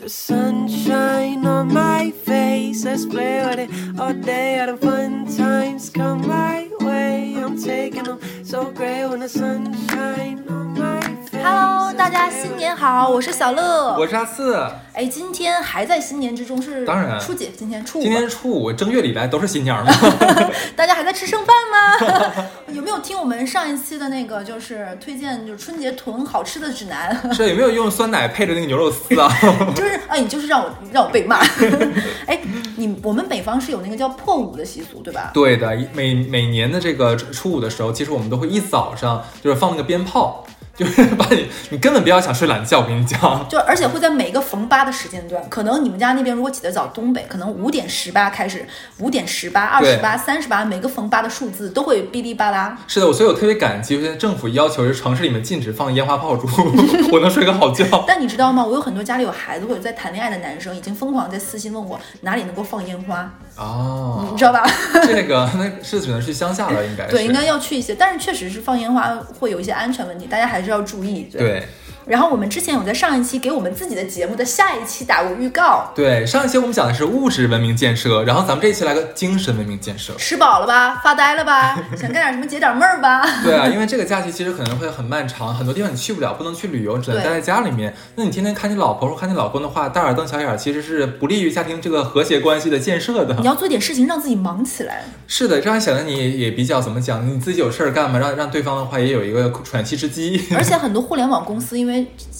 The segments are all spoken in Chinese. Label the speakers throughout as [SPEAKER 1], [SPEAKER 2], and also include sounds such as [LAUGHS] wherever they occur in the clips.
[SPEAKER 1] The sunshine on my face. Let's play with it all day. All the fun times come my way. I'm taking them so great when the sunshine on my face.
[SPEAKER 2] Hello，
[SPEAKER 1] Let's
[SPEAKER 2] 大家
[SPEAKER 1] play
[SPEAKER 2] 新
[SPEAKER 1] with
[SPEAKER 2] 年好，我是小乐
[SPEAKER 3] 我。是阿四，
[SPEAKER 2] 哎，今天还在新年之中是？
[SPEAKER 3] 当然
[SPEAKER 2] 初几？今天初五吧。
[SPEAKER 3] 今天初五，正月里来都是新年嘛。
[SPEAKER 2] 大家还在吃剩饭
[SPEAKER 3] [LAUGHS]
[SPEAKER 2] 吗？有没有听我们上一期的那个就是推荐就是春节囤好吃的指南？
[SPEAKER 3] 这有没有用酸奶配着那个牛肉丝啊？ [LAUGHS]
[SPEAKER 2] 就是哎，你就是让我让我被骂。 [LAUGHS] 哎，你我们北方是有那个叫破五的习俗，对吧？
[SPEAKER 3] 对的，每每年的这个初五的时候，其实我们都会一早上就是放那个鞭炮，就是 [LAUGHS] 把你你根本不要想睡懒觉，我跟你讲。
[SPEAKER 2] 就而且会在每个逢八的时间段，可能你们家那边如果起得早，东北可能五点十八开始，五点十八、二十八、三十八，每个逢八的数字都会哔哩吧啦。
[SPEAKER 3] 是的，我所以我特别感激，现在政府要求是城市里面禁止放烟花爆竹， [LAUGHS] 我能睡个好觉。
[SPEAKER 2] 但你知道吗？我有很多家里有孩子或者在谈恋爱的男生，已经疯狂在私信问我哪里能够放烟花，
[SPEAKER 3] 哦，
[SPEAKER 2] 你知道吧？
[SPEAKER 3] 这个那是只能去乡下了，应该是。
[SPEAKER 2] [LAUGHS] 嗯对，应该要去一些，但是确实是放烟花会有一些安全问题，大家还是要注意。对。
[SPEAKER 3] 对。
[SPEAKER 2] 然后我们之前有在上一期给我们自己的节目的下一期打过预告，
[SPEAKER 3] 对，上一期我们讲的是物质文明建设，然后咱们这一期来个精神文明建设。
[SPEAKER 2] 吃饱了吧？发呆了吧？ [LAUGHS] 想干点什么解点闷儿吧？ [LAUGHS]
[SPEAKER 3] 对啊，因为这个假期其实可能会很漫长，很多地方你去不了，不能去旅游，只能
[SPEAKER 2] 对
[SPEAKER 3] 待在家里面。那你天天看你老婆或看你老公的话，大眼瞪小眼儿，其实是不利于家庭这个和谐关系的建设的
[SPEAKER 2] 你。要做点事情让自己忙起来。
[SPEAKER 3] 是的，这样显得你也比较怎么讲，你自己有事儿干嘛，让让对方的话也有一个喘息之机。
[SPEAKER 2] [LAUGHS] 而
[SPEAKER 3] [LAUGHS]
[SPEAKER 2] 且很多互联网公司因为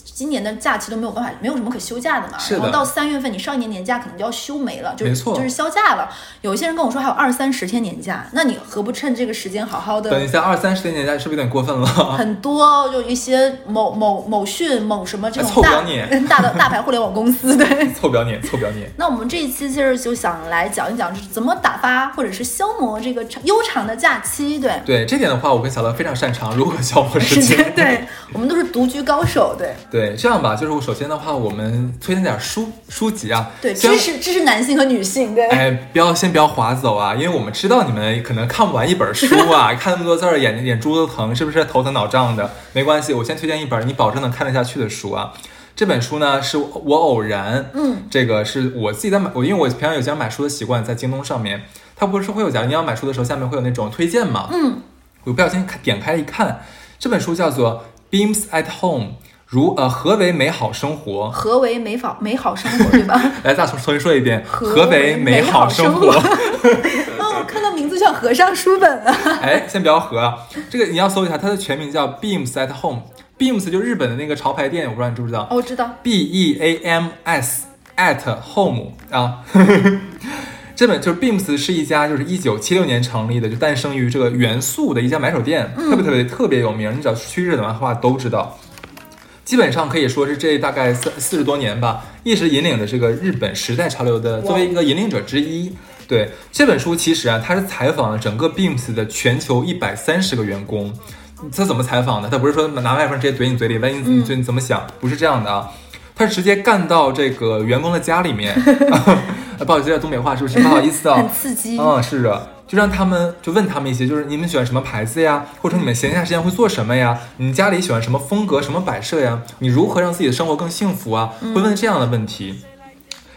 [SPEAKER 2] 今年的假期都没有办法，没有什么可休假的嘛。
[SPEAKER 3] 是的
[SPEAKER 2] 然后到三月份，你上一年年假可能就要休没了，就
[SPEAKER 3] 没
[SPEAKER 2] 是
[SPEAKER 3] 错
[SPEAKER 2] 就是休假了。有一些人跟我说还有二三十天年假，那你何不趁这个时间好好
[SPEAKER 3] [LAUGHS] 等一
[SPEAKER 2] 的？
[SPEAKER 3] 下，二三十年代是不是有点过分了？ [LAUGHS]
[SPEAKER 2] 很多就一些某某某讯、某什么这
[SPEAKER 3] 哎凑
[SPEAKER 2] 种
[SPEAKER 3] 不
[SPEAKER 2] 大
[SPEAKER 3] 了
[SPEAKER 2] [LAUGHS]
[SPEAKER 3] 你
[SPEAKER 2] 大
[SPEAKER 3] [LAUGHS]
[SPEAKER 2] 的大牌互联网公司，对。 [LAUGHS]
[SPEAKER 3] 凑表脸，凑表脸。
[SPEAKER 2] 那我们这一期其实就想来讲一讲，就是怎么打发或者是消磨这个长悠长的假期，对。
[SPEAKER 3] 对这点的话，我跟小乐非常擅长如何消磨时
[SPEAKER 2] 时
[SPEAKER 3] 间
[SPEAKER 2] 间。 [LAUGHS] 对，我们都是独居高手，对
[SPEAKER 3] 对，这样吧，就是我首先的话，我们推荐点书书籍啊。
[SPEAKER 2] 对，
[SPEAKER 3] 虽然
[SPEAKER 2] 支持支持男性和女性，对。
[SPEAKER 3] 哎，不要先不要划走啊，因为我们知道你们可能看不完一本书
[SPEAKER 2] [LAUGHS]
[SPEAKER 3] 啊，看那么多字儿，眼眼珠子疼，是不是头疼脑胀的？没关系，我先推荐一本你保证能看得下去的书啊。这本书呢，是我偶然，
[SPEAKER 2] 嗯，
[SPEAKER 3] 这个是我自己在买，我因为我平常有经常买书的习惯，在京东上面，它不是会有假如你要买书的时候，下面会有那种推荐嘛，
[SPEAKER 2] 嗯，
[SPEAKER 3] 我不小心看点开一看，这本书叫做《Beams at Home》，如呃何为美好生活？
[SPEAKER 2] 何为美好美好生活，对吧？
[SPEAKER 3] [LAUGHS] 来，再重重新说一遍，
[SPEAKER 2] 何
[SPEAKER 3] 何
[SPEAKER 2] 为
[SPEAKER 3] 为
[SPEAKER 2] 美
[SPEAKER 3] 美
[SPEAKER 2] 好
[SPEAKER 3] 好
[SPEAKER 2] 生
[SPEAKER 3] 生
[SPEAKER 2] 活
[SPEAKER 3] 活？ [LAUGHS]
[SPEAKER 2] 哦，我看到名字像和尚书本啊。
[SPEAKER 3] 哎，先不要合啊，这个你要搜一下，它的全名叫 Beams at Home。Beams 就日本的那个潮牌店，我不知道你知不知道。
[SPEAKER 2] 哦，我知道，
[SPEAKER 3] B E A M S at home 啊。 [LAUGHS] 这本就是 Beams 是一家就是一九七六年成立的，就诞生于这个元素的一家买手店，特别特别特别有名。你只要去日本的话都知道。基本上可以说是这大概四四十多年吧，一直引领的这个日本时代潮流的，作为一个引领者之一。对这本书，其实啊，它是采访了整个 Beams 的全球一百三十个员工。他怎么采访的？他不是说拿麦克风直接怼你嘴里，万一你
[SPEAKER 2] 嗯
[SPEAKER 3] 你怎么想？不是这样的啊，他是直接干到这个员工的家里
[SPEAKER 2] [LAUGHS]
[SPEAKER 3] 面。 [LAUGHS] 啊不好意思，这东北话是不是？不好意思啊、
[SPEAKER 2] 很刺激。
[SPEAKER 3] 嗯，是的，就让他们就问他们一些，就是你们喜欢什么牌子呀，或者说你们闲暇时间会做什么呀？你家里喜欢什么风格、什么摆设呀？你如何让自己的生活更幸福啊？会问这样的问题。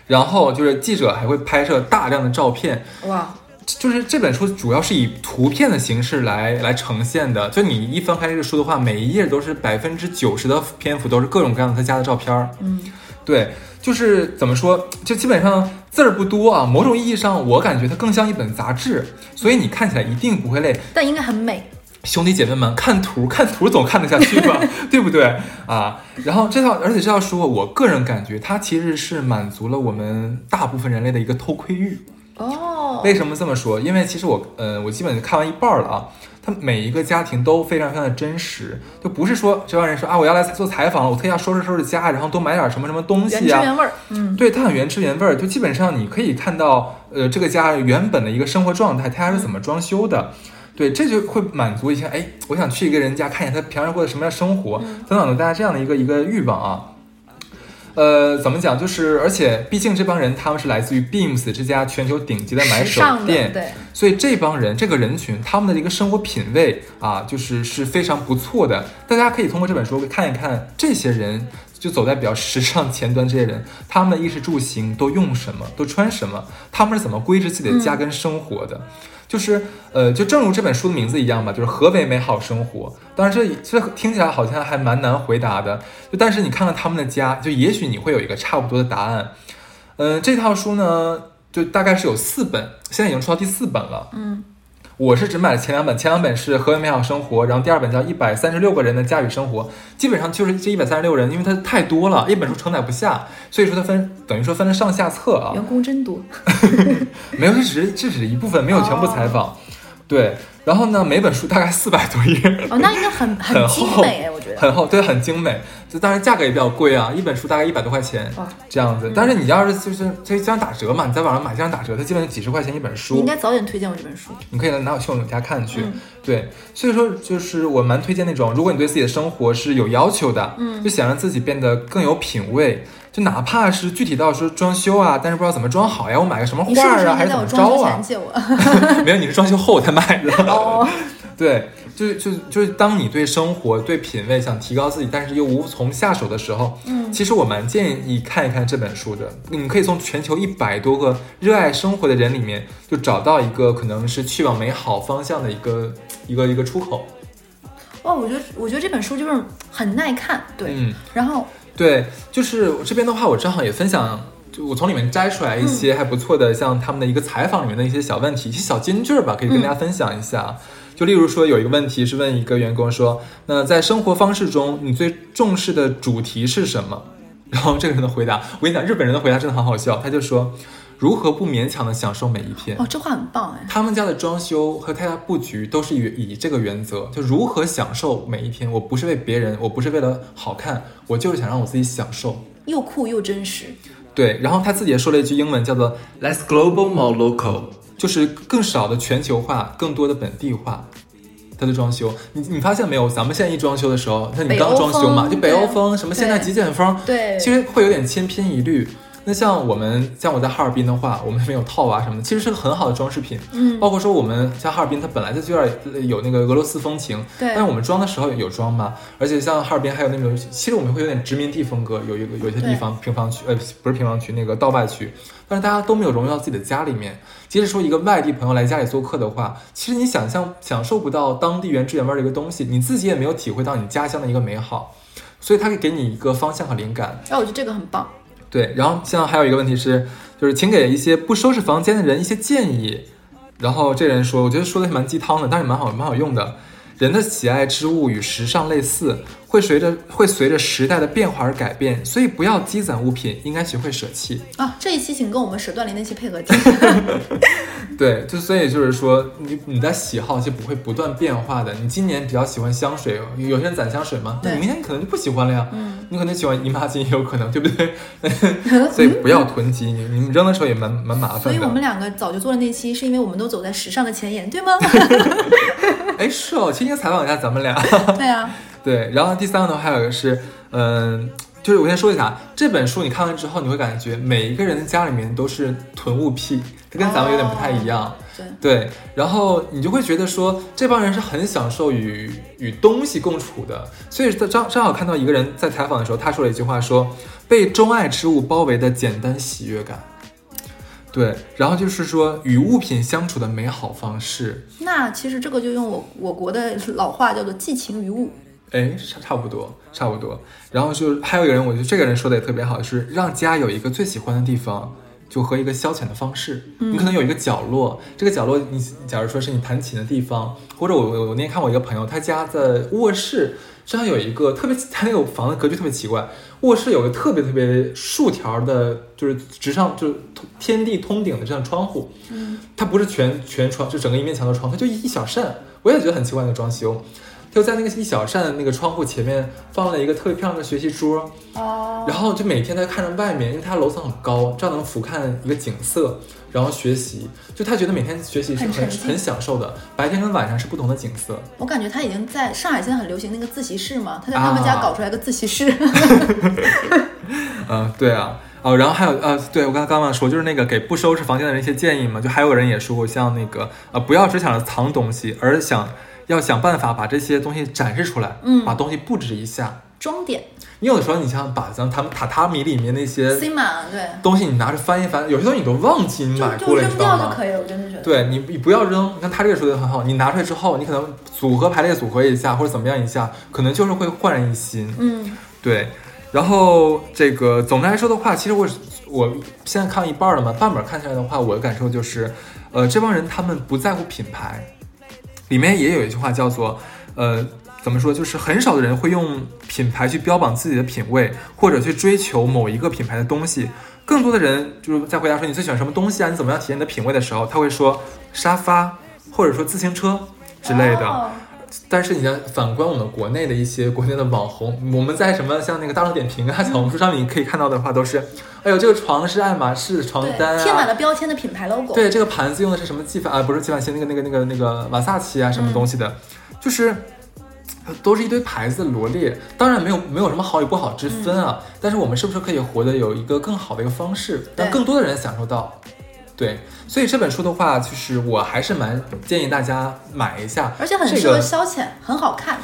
[SPEAKER 3] 然后就是记者还会拍摄大量的照片，
[SPEAKER 2] 哇，
[SPEAKER 3] 就是这本书主要是以图片的形式来来呈现的。就你一翻开这个书的话，每一页都是百分之九十的篇幅都是各种各样的他家的照片儿。
[SPEAKER 2] 嗯，
[SPEAKER 3] 对，就是怎么说，就基本上字儿不多啊。某种意义上，我感觉它更像一本杂志，所以你看起来一定不会累。
[SPEAKER 2] 但应该很美。
[SPEAKER 3] 兄弟姐妹们，看图看图总看得下去吧，对不对啊？然后这套，而且这套书，我个人感觉它其实是满足了我们大部分人类的一个偷窥欲。
[SPEAKER 2] 哦，
[SPEAKER 3] 为什么这么说？因为其实我，呃，我基本看完一半儿了啊。他每一个家庭都非常非常的真实，就不是说这帮人说啊，我要来做采访了，我特意要收拾收拾家，然后多买点什么什么东
[SPEAKER 2] 原汁
[SPEAKER 3] 西啊。
[SPEAKER 2] 原味儿。嗯，
[SPEAKER 3] 对，它很原汁原味儿，就基本上你可以看到，呃，这个家原本的一个生活状态，他家是怎么装修的。
[SPEAKER 2] 嗯
[SPEAKER 3] 对，这就会满足一下，哎，我想去一个人家看一下他平常过的什么样的生活，
[SPEAKER 2] 嗯
[SPEAKER 3] 等等的大家这样的一个一个欲望啊。呃，怎么讲？就是，而且毕竟这帮人他们是来自于 Beams 这家全球顶级的买
[SPEAKER 2] 时
[SPEAKER 3] 手
[SPEAKER 2] 尚的，
[SPEAKER 3] 店，
[SPEAKER 2] 对，
[SPEAKER 3] 所以这帮人这个人群他们的一个生活品味啊，就是是非常不错的。大家可以通过这本书看一看这些人就走在比较时尚前端这些人，他们的衣食住行都用什么，都穿什么，他们是怎么规制自己的家跟生活的。就是呃，就正如这本书的名字一样吧，就是何为美好生活。当然这，这这听起来好像还蛮难回答的。就但是你看看他们的家，就也许你会有一个差不多的答案。嗯、呃，这套书呢，就大概是有四本，现在已经出到第四本了。
[SPEAKER 2] 嗯，
[SPEAKER 3] 我是只买了前两本，前两本是《何为美好生活》，然后第二本叫《一百三十六个人的家与生活》，基本上就是这一百三十六人，因为它太多了，一本书承载不下，所以说它分等于说分了上下册啊。
[SPEAKER 2] 员工真
[SPEAKER 3] [LAUGHS]
[SPEAKER 2] 多，
[SPEAKER 3] 没有，这只是这只是一部分，没有全部采访。对，然后呢，每本书大概四百多页，
[SPEAKER 2] [LAUGHS] 哦，那应该很
[SPEAKER 3] 很
[SPEAKER 2] 精
[SPEAKER 3] 厚
[SPEAKER 2] 美哎，我觉得。
[SPEAKER 3] 很厚，对，很精美。这当然价格也比较贵啊，一本书大概一百多块钱
[SPEAKER 2] 哇
[SPEAKER 3] 这样子。但是你要是就是这这样打折嘛，你在网上买这样打折，它基本上几十块钱一本
[SPEAKER 2] 你嗯
[SPEAKER 3] 书
[SPEAKER 2] 应，该早点推荐我这本书。
[SPEAKER 3] 你可以拿我去我们家看去。对，所以说就是我蛮推荐那种，如果你对自己的生活是有要求的，嗯，就想让自己变得更有品味。就哪怕是具体到说装修啊，但是不知道怎么装好呀，我买个什么
[SPEAKER 2] 你是
[SPEAKER 3] 画
[SPEAKER 2] 不是
[SPEAKER 3] 儿啊，
[SPEAKER 2] 应
[SPEAKER 3] 还
[SPEAKER 2] 该
[SPEAKER 3] 是
[SPEAKER 2] 在
[SPEAKER 3] 怎
[SPEAKER 2] 我
[SPEAKER 3] 么
[SPEAKER 2] 装修
[SPEAKER 3] 着啊
[SPEAKER 2] 前？借我？ [LAUGHS]
[SPEAKER 3] [LAUGHS] 没有，你是装修后才买的。
[SPEAKER 2] 哦，
[SPEAKER 3] [LAUGHS] 对，就是就是就是，当你对生活、对品味想提高自己，但是又无从下手的时候，嗯，其实我蛮建议看一看这本书的。你可以从全球一百多个热爱生活的人里面，就找到一个可能是去往美好方向的一个一个一个出口。
[SPEAKER 2] 哇，我觉得我觉得这本书就是很耐看，对。
[SPEAKER 3] 嗯，
[SPEAKER 2] 然后
[SPEAKER 3] 对，就是这边的话，我正好也分享，就我从里面摘出来一些还不错的，像他们的一个采访里面的一些小问题、一些小金句儿吧，可以跟大家分享一下。就例如说，有一个问题是问一个员工说：“那在生活方式中，你最重视的主题是什么？” [LAUGHS] 然后这个人的回答，我跟你讲，日本人的回答真的很好笑，他就说：“如何不勉强的享受每一天。”
[SPEAKER 2] 哦，这话很棒哎。
[SPEAKER 3] 他们家的装修和他家布局都是以以这个原则，就如何享受每一天。我不是为别人，我不是为了好看，我就是想让我自己享受。
[SPEAKER 2] 又酷又真实，
[SPEAKER 3] 对，然后他自己也说了一句英文，叫做 “less global, more local”，就是更少的全球化，更多的本地化。他的装修，你你发现没有？咱们现在一装修的时候，那你
[SPEAKER 2] 北
[SPEAKER 3] 刚
[SPEAKER 2] 欧
[SPEAKER 3] 装修嘛，
[SPEAKER 2] 风
[SPEAKER 3] 就北欧
[SPEAKER 2] 对
[SPEAKER 3] 风，什么现代
[SPEAKER 2] 对
[SPEAKER 3] 极简风，
[SPEAKER 2] 对
[SPEAKER 3] 其实会有点千篇一律。那像我们，像我在哈尔滨的话，我们没有套娃什么的，其实是个很好的装饰品。
[SPEAKER 2] 嗯
[SPEAKER 3] 包括说我们像哈尔滨，它本来就有点呃有那个俄罗斯风情，
[SPEAKER 2] 对
[SPEAKER 3] 但是我们装的时候有装吗？而且像哈尔滨还有那种，其实我们会有点殖民地风格，有一个有一些地方平房区，呃，不是平房区，那个道外区，但是大家都没有融入到自己的家里面。即使说一个外地朋友来家里做客的话，其实你想象享受不到当地原汁原味儿的一个东西，你自己也没有体会到你家乡的一个美好，所以它会给你一个方向和灵感。
[SPEAKER 2] 哎，我觉得这个很棒。
[SPEAKER 3] 对，然后像还有一个问题是，就是请给一些不收拾房间的人一些建议。然后这人说，我觉得说的蛮鸡汤的，但是蛮好蛮好用的。人的喜爱之物与时尚类似，会随着会随着时代的变化而改变，所以不要积攒物品，应该学会舍弃。
[SPEAKER 2] 啊，这一期请跟我们舍断离那期配合听。
[SPEAKER 3] [LAUGHS] 对，就所以就是说，你你的喜好就不会不断变化的。你今年比较喜欢香水，有有些人攒香水嘛，那你
[SPEAKER 2] 对
[SPEAKER 3] 明年可能就不喜欢了呀。嗯，你可能喜欢姨妈巾也有可能，对不对？ [LAUGHS] 所以不要囤积，你你们扔的时候也蛮蛮麻
[SPEAKER 2] 所
[SPEAKER 3] 烦
[SPEAKER 2] 以
[SPEAKER 3] 的。
[SPEAKER 2] 我们两个早就做了那期，是因为我们都走在时尚的前沿，对
[SPEAKER 3] [LAUGHS]
[SPEAKER 2] 吗？
[SPEAKER 3] 哎，是哦，今天采访一下咱们俩。 [LAUGHS]
[SPEAKER 2] 对啊，
[SPEAKER 3] 对，然后第三个呢，还有一个是，嗯、就是我先说一下，这本书你看完之后，你会感觉每一个人的家里面都是囤物癖，它跟咱们有点不太一样。
[SPEAKER 2] 对，
[SPEAKER 3] 对，然后你就会觉得说，这帮人是很享受与与东西共处的。所以正正好看到一个人在采访的时候，他说了一句话说被钟爱之物包围的简单喜悦感。对，然后就是说与物品相处的美好方式，
[SPEAKER 2] 那其实这个就用我我国的老话叫做“寄情于物
[SPEAKER 3] 哎，差差不多，差不多。然后就是还有一个人，我觉得这个人说的也特别好，是让家有一个最喜欢的地方，就和一个消遣的方式。你可能有一个角落，这个角落你假如说是你弹琴的地方，或者我我我那天看我一个朋友，他家在卧室正好有一个特别，他那个房子格局特别奇怪，卧室有个特别特别竖条的，就是直上就是天地通顶的这样窗户，它不是全全窗，就整个一面墙的窗，它就一小扇，我也觉得很奇怪的装修。就在那个一小扇的那个窗户前面放了一个特别漂亮的学习桌，”。
[SPEAKER 2] 哦，
[SPEAKER 3] 然后就每天在看着外面，因为他楼层很高，这样能俯瞰一个景色，然后学习。就他觉得每天学习是
[SPEAKER 2] 很
[SPEAKER 3] 很
[SPEAKER 2] 沉浸
[SPEAKER 3] 很享受的，白天跟晚上是不同的景色。
[SPEAKER 2] 我感觉他已经在上海现在很流行那个自习室嘛，他在他们
[SPEAKER 3] 啊
[SPEAKER 2] 家搞出来个自习室。 [LAUGHS]
[SPEAKER 3] 嗯，对啊，哦，然后还有呃，对我刚刚刚说，就是那个给不收拾房间的人一些建议嘛，就还有人也说过，像那个呃，不要只想着藏东西，而想要想办法把这些东西展示出来，嗯，把东西布置一下，
[SPEAKER 2] 装
[SPEAKER 3] [LAUGHS]
[SPEAKER 2] 点。
[SPEAKER 3] 你有的时候，你像把咱他们榻榻米里面那些
[SPEAKER 2] 塞满了，对，
[SPEAKER 3] 东西，你拿着翻一翻，有些东西你都忘记你买
[SPEAKER 2] 就就
[SPEAKER 3] 过了，你
[SPEAKER 2] 扔
[SPEAKER 3] 知道
[SPEAKER 2] 掉就
[SPEAKER 3] 吗？
[SPEAKER 2] 可以了。我真的觉得，
[SPEAKER 3] 对你，你不要扔。你看他这个说的很好，你拿出来之后，你可能组合排列组合一下，或者怎么样一下，可能就是会焕然一新。
[SPEAKER 2] 嗯，
[SPEAKER 3] 对，然后这个总的来说的话，其实我我现在看一半了嘛，半本看下来的话，我的感受就是，呃，这帮人他们不在乎品牌，里面也有一句话叫做，呃，怎么说，就是很少的人会用品牌去标榜自己的品味，或者去追求某一个品牌的东西。更多的人就是在回答说你最喜欢什么东西啊，你怎么样体验你的品味的时候，他会说沙发，或者说自行车之类的。
[SPEAKER 2] 哦
[SPEAKER 3] 但是你像反观我们国内的一些国内的网红，我们在什么像那个大众点评啊、小红书上面，你可以看到的话都是，哎呦，这个床是爱马仕床单
[SPEAKER 2] 对，贴满
[SPEAKER 3] 啊，
[SPEAKER 2] 了标签的品牌 logo。
[SPEAKER 3] 对，这个盘子用的是什么纪梵啊，不是纪梵希，那个那个那个那个瓦萨奇啊，什么东西的，就是呃都是一堆牌子的罗列。当然没有没有什么好与不好之分啊，但是我们是不是可以活得有一个更好的一个方式，让
[SPEAKER 2] 对
[SPEAKER 3] 更多的人享受到？对，所以这本书的话，其实我还是蛮建议大家买一下，
[SPEAKER 2] 而且很
[SPEAKER 3] 这
[SPEAKER 2] 适合
[SPEAKER 3] 个
[SPEAKER 2] 消遣，很好看，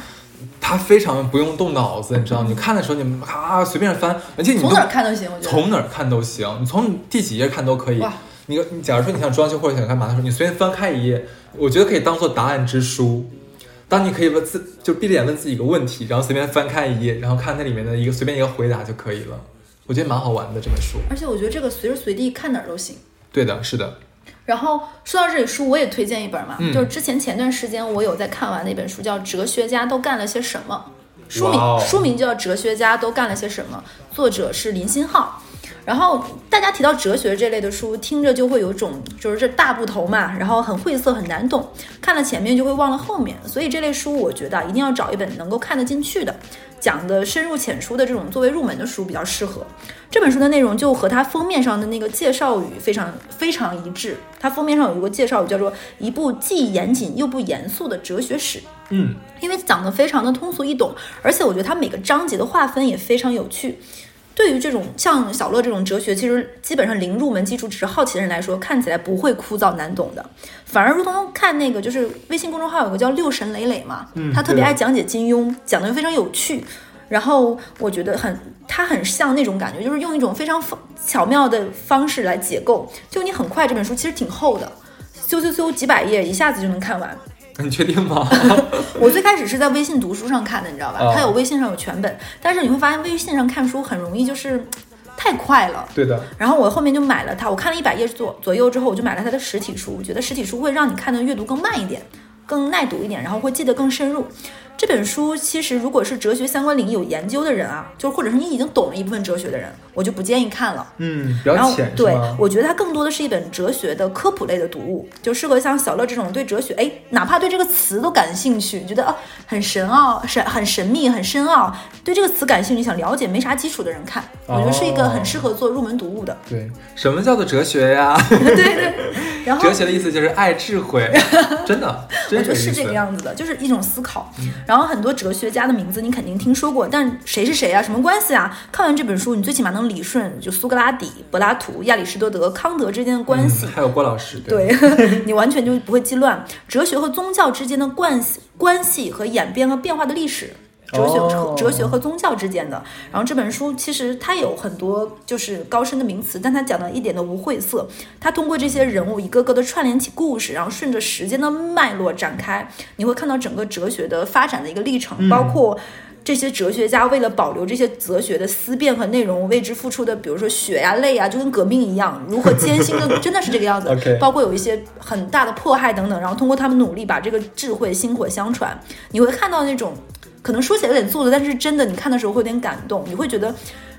[SPEAKER 3] 他非常不用动脑子，你知道，你看的时候你啊随便翻，而且你
[SPEAKER 2] 从
[SPEAKER 3] 都
[SPEAKER 2] 哪儿看都行。我觉得，
[SPEAKER 3] 从哪儿看都行，你从第几页看都可以
[SPEAKER 2] 哇。
[SPEAKER 3] 你你假如说你想装修或者想干嘛的时候，你随便翻开一页，我觉得可以当做答案之书。当你可以问自就闭着眼问自己一个问题，然后随便翻开一页，然后看那里面的一个随便一个回答就可以了。我觉得蛮好玩的这本书。
[SPEAKER 2] 而且我觉得这个随时随地看哪儿都行。
[SPEAKER 3] 对的，是的，
[SPEAKER 2] 然后说到这里书，我也推荐一本嘛，
[SPEAKER 3] 嗯
[SPEAKER 2] 就是之前前段时间我有在看完那本书，叫《哲学家都干了些什么》，书名、
[SPEAKER 3] 哇哦
[SPEAKER 2] 书名叫《哲学家都干了些什么》，作者是林新浩。然后大家提到哲学这类的书，听着就会有种就是这大部头嘛，然后很晦涩很难懂，看了前面就会忘了后面，所以这类书我觉得啊一定要找一本能够看得进去的，讲的深入浅出的这种作为入门的书比较适合。这本书的内容就和它封面上的那个介绍语非常非常一致。它封面上有一个介绍语叫做“一部既严谨又不严肃的哲学史”，
[SPEAKER 3] 嗯，
[SPEAKER 2] 因为讲的非常的通俗易懂，而且我觉得它每个章节的划分也非常有趣。对于这种像小乐这种哲学，其实基本上零入门基础只是好奇的人来说，看起来不会枯燥难懂的，反而如同看那个就是微信公众号有个叫“六神磊磊”嘛，
[SPEAKER 3] 嗯
[SPEAKER 2] 他特别
[SPEAKER 3] 对
[SPEAKER 2] 爱讲解金庸，讲的非常有趣。然后我觉得很，他很像那种感觉，就是用一种非常方巧妙的方式来解构，就你很快这本书其实挺厚的，嗖嗖嗖几百页一下子就能看完。
[SPEAKER 3] 嗯你确
[SPEAKER 2] [LAUGHS]
[SPEAKER 3] 定吗？
[SPEAKER 2] 我最开始是在微信读书上看的，你知道吧
[SPEAKER 3] 哦？
[SPEAKER 2] 它有微信上有全本，但是你会发现微信上看书很容易就是嘖太快了。
[SPEAKER 3] 对的，
[SPEAKER 2] 然后我后面就买了它，我看了一百页左左右之后，我就买了它的实体书。我觉得实体书会让你看的阅读更慢一点，更耐读一点，然后会记得更深入。这本书其实如果是哲学相关领域有研究的人啊，就或者是你已经懂了一部分哲学的人，我就不建议看了。
[SPEAKER 3] 嗯，比较
[SPEAKER 2] 然后
[SPEAKER 3] 浅是
[SPEAKER 2] 对
[SPEAKER 3] 吗，？
[SPEAKER 2] 我觉得它更多的是一本哲学的科普类的读物，就适合像小乐这种对哲学，哎，哪怕对这个词都感兴趣，觉得哦很神奥、神很神秘、很深奥，对这个词感兴趣、想了解没啥基础的人看，我觉得是一个很适
[SPEAKER 3] 哦
[SPEAKER 2] 合做入门读
[SPEAKER 3] [LAUGHS]
[SPEAKER 2] 物的。
[SPEAKER 3] 对，什么叫做哲学呀？
[SPEAKER 2] 对对，然后
[SPEAKER 3] 哲学的意思就是爱智
[SPEAKER 2] [LAUGHS]
[SPEAKER 3] 慧，真的，
[SPEAKER 2] 我
[SPEAKER 3] 真
[SPEAKER 2] 觉得
[SPEAKER 3] 的
[SPEAKER 2] 是这个样子的，就是一种思考。
[SPEAKER 3] 嗯
[SPEAKER 2] 然后很多哲学家的名字你肯定听说过，但谁是谁啊？什么关系啊？看完这本书，你最起码能理顺就苏格拉底、柏拉图、亚里士多德、康德之间的关系
[SPEAKER 3] 嗯，还有郭老师，对，
[SPEAKER 2] 对 [LAUGHS] 你完全就不会记乱。哲学和宗教之间的关系、关系和演变和变化的历史。哲学和、
[SPEAKER 3] 哦
[SPEAKER 2] 哲学和宗教之间的，然后这本书其实它有很多就是高深的名词，但它讲的一点都不晦涩。它通过这些人物一个个的串联起故事，然后顺着时间的脉络展开，你会看到整个哲学的发展的一个历
[SPEAKER 3] 嗯
[SPEAKER 2] 程，包括这些哲学家为了保留这些哲学的思辨和内容，为之付出的，比如说血呀、泪啊呀，就跟革命一样，如何艰辛
[SPEAKER 3] [LAUGHS]
[SPEAKER 2] 的，真的是这个样子。
[SPEAKER 3] OK
[SPEAKER 2] 包括有一些很大的迫害等等，然后通过他们努力把这个智慧薪火相传，你会看到那种可能说起来有点做作，但是真的你看的时候会有点感动，你会觉得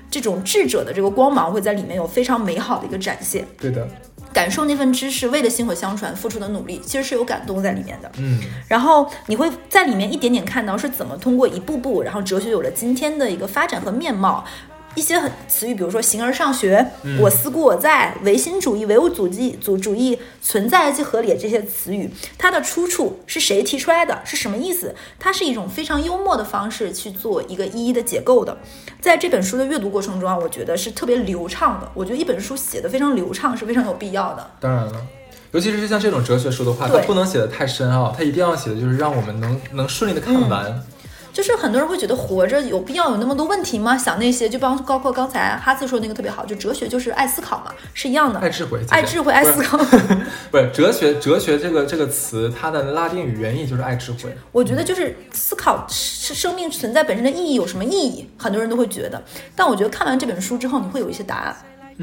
[SPEAKER 2] 这种智者的这个光芒会在里面有非常美好的一个展现，
[SPEAKER 3] 对的，
[SPEAKER 2] 感受那份知识为了薪火相传付出的努力，其实是有感动在里面的。
[SPEAKER 3] 嗯，
[SPEAKER 2] 然后你会在里面一点点看到是怎么通过一步步，然后哲学有了今天的一个发展和面貌。一些很词语，比如说“形而上学”“我思故我在”“唯心主义”“唯物主义”“主主义”“存在即合理”这些词语，它的出处是谁提出来的？是什么意思？它是一种非常幽默的方式去做一个一一的解构的。在这本书的阅读过程中啊，我觉得是特别流畅的。我觉得一本书写的非常流畅是非常有必要的。
[SPEAKER 3] 当然了。尤其是像这种哲学书的话，它
[SPEAKER 2] 对嗯
[SPEAKER 3] 不能写的太深奥、它一定要写的就是让我们能能顺利的看完。
[SPEAKER 2] 就是很多人会觉得活着有必要有那么多问题吗？想那些，就包包括刚才哈次说那个特别好，就哲学就是爱思考嘛，是一样的
[SPEAKER 3] 爱，智慧，
[SPEAKER 2] 爱智慧，爱思
[SPEAKER 3] 不是。
[SPEAKER 2] 考。 [LAUGHS]
[SPEAKER 3] 不是哲学，哲学这个这个词，它的拉丁语原意就是爱智慧。
[SPEAKER 2] 我觉得就是思考是生命存在本身的意义有什么意义，很多人都会觉得。但我觉得看完这本书之后，你会有一些答案。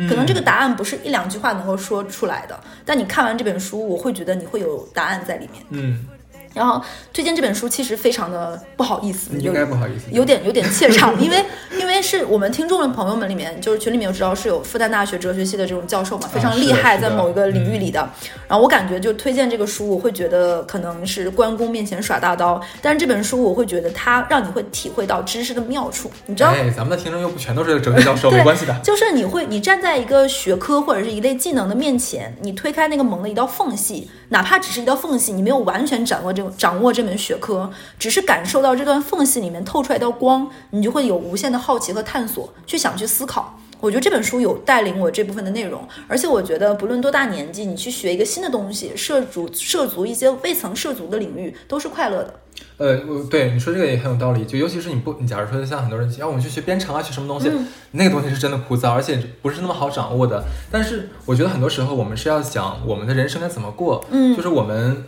[SPEAKER 2] 可能这个答案不是一两句话能够说出来的，但你看完这本书，我会觉得你会有答案在里面。
[SPEAKER 3] 嗯，
[SPEAKER 2] 然后推荐这本书其实非常的不好意思，
[SPEAKER 3] 你
[SPEAKER 2] 有
[SPEAKER 3] 应该不好意思
[SPEAKER 2] 有点有点怯
[SPEAKER 3] [LAUGHS]
[SPEAKER 2] 场，因为因为是我们听众的朋友们里面，就是群里面有知道是有复旦大学哲学系的这种教授嘛，非常
[SPEAKER 3] 啊是的
[SPEAKER 2] 厉害，
[SPEAKER 3] 是的嗯
[SPEAKER 2] 在某一个领域里的。然后我感觉就推荐这个书，我会觉得可能是关公面前耍大刀，但是这本书我会觉得它让你会体会到知识的妙处，你知道。
[SPEAKER 3] 哎，咱们的听众又不全都是哲学教授，
[SPEAKER 2] 对，
[SPEAKER 3] 哦没关系的。
[SPEAKER 2] 就是你会，你站在一个学科或者是一类技能的面前，你推开那个门的一道缝隙，哪怕只是一道缝隙，你没有完全掌握这掌握这门学科，只是感受到这段缝隙里面透出来一道光，你就会有无限的好奇和探索，去想去思考。我觉得这本书有带领我这部分的内容，而且我觉得不论多大年纪，你去学一个新的东西，涉足涉足一些未曾涉足的领域，都是快乐的。
[SPEAKER 3] 呃，我对你说这个也很有道理，就尤其是你不，你假如说像很多人，要我们去学编程啊，学什么东西，那个东西是真的枯燥，而且不是那么好掌握的。但是我觉得很多时候我们是要想我们的人生该怎么过，嗯，就是我们。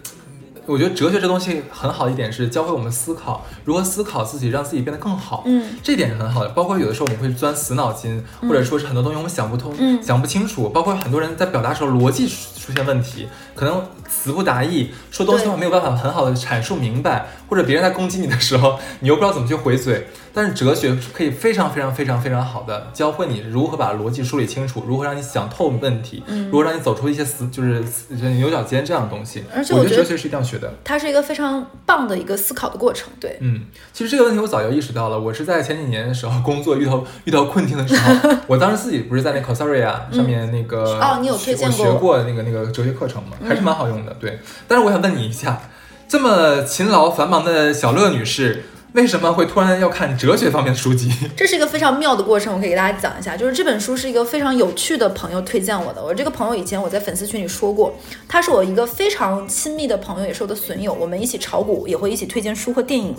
[SPEAKER 3] 我觉得哲学这东西很好的一点是教会我们思考，如何思考自己，让自己变得更好。
[SPEAKER 2] 嗯，
[SPEAKER 3] 这点是很好的。包括有的时候我们会钻死脑筋，或者说是很多东西我们想不通、
[SPEAKER 2] 嗯
[SPEAKER 3] 想不清楚。包括很多人在表达时候逻辑出出现问题，可能词不达意，说东西
[SPEAKER 2] 对
[SPEAKER 3] 我没有办法很好的阐述明白，或者别人在攻击你的时候，你又不知道怎么去回嘴。但是哲学是可以非常非常非常非常好的教会你如何把逻辑梳理清楚，如何让你想透问题，
[SPEAKER 2] 嗯
[SPEAKER 3] 如何让你走出一些死就是死就是牛角尖这样的东西。
[SPEAKER 2] 而且
[SPEAKER 3] 我
[SPEAKER 2] 我
[SPEAKER 3] 觉
[SPEAKER 2] 觉
[SPEAKER 3] 得
[SPEAKER 2] 得
[SPEAKER 3] 哲学是一定要学的。
[SPEAKER 2] 它是一个非常棒的一个思考的过程，对，
[SPEAKER 3] 嗯，其实这个问题我早就意识到了。我是在前几年的时候工作遇到 [LAUGHS] 遇到困境的时候，我当时自己不是在那 c o s a r i a 上面那
[SPEAKER 2] 嗯
[SPEAKER 3] 个、
[SPEAKER 2] 哦你有推荐
[SPEAKER 3] 我学
[SPEAKER 2] 过嗯
[SPEAKER 3] 过那个那个哲学课程嘛，还是蛮好用的。对，但是我想问你一下，这么勤劳繁忙的小乐女士，为什么会突然要看哲学方面的书籍？
[SPEAKER 2] [LAUGHS] 这是一个非常妙的过程，我可以给大家讲一下。就是这本书是一个非常有趣的朋友推荐我的。我这个朋友以前我在粉丝群里说过，他是我一个非常亲密的朋友，也是我的损友。我们一起炒股，也会一起推荐书和电影。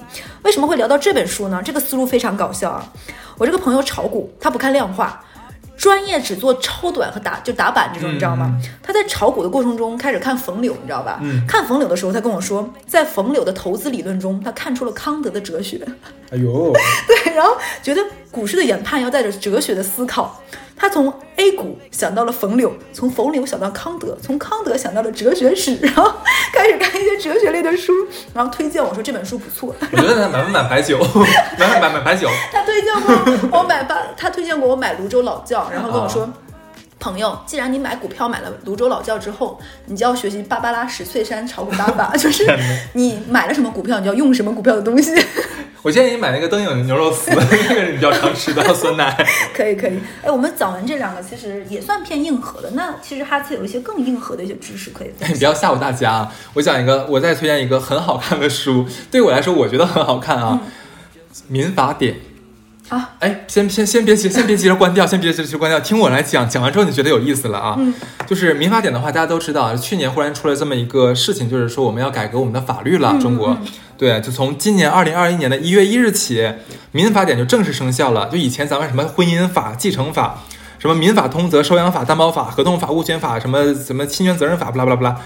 [SPEAKER 2] 为什么会聊到这本书呢？这个思路非常搞笑啊！我这个朋友炒股，他不看量化。专业只做超短和打就打板这种，你知道吗？他在炒股的过程中开始看冯柳，你知道吧？
[SPEAKER 3] 嗯
[SPEAKER 2] 看冯柳的时候，他跟我说，在冯柳的投资理论中，他看出了康德的哲学。
[SPEAKER 3] 哎呦，
[SPEAKER 2] 对，然后觉得股市的研判要带着哲学的思考。他从 A 股想到了冯柳，从冯柳想到康德，从康德想到了哲学史，然后开始看一些哲学类的书，然后推荐我说这本书不错。
[SPEAKER 3] 我觉得买不买白酒， [LAUGHS] 买不买买白酒，
[SPEAKER 2] 他推荐过我买八，他推荐过我买泸州老窖，然后跟我说。
[SPEAKER 3] 啊
[SPEAKER 2] 朋友，既然你买股票买了泸州老窖之后，你就要学习芭芭拉史翠珊炒股打法， [LAUGHS] 就是你买了什么股票，你就要用什么股票的东西。
[SPEAKER 3] 我建议你买那个灯影牛肉丝， [LAUGHS] 那个是你比较常吃的酸奶。
[SPEAKER 2] 可以可以，哎，我们讲完这两个，其实也算偏硬核的。那其实哈次有一些更硬核的一些知识可以分
[SPEAKER 3] 你
[SPEAKER 2] 享。
[SPEAKER 3] [LAUGHS] 不要吓唬大家啊！我讲一个，我再推荐一个很好看的书，对我来说我觉得很好看啊，民法典》
[SPEAKER 2] 啊。
[SPEAKER 3] 哎，先先先别急，先别急着关掉，先别急着关掉，听我来讲，讲完之后你觉得有意思了啊。嗯，就是民法典的话，大家都知道，啊去年忽然出了这么一个事情，就是说我们要改革我们的法律了，中国。对，就从今年二零二一年的一月一日起，民法典就正式生效了。就以前咱们什么婚姻法、继承法。什么民法通则、收养法、担保法、合同法、物权法，什么什么侵权责任法，不啦不啦不啦，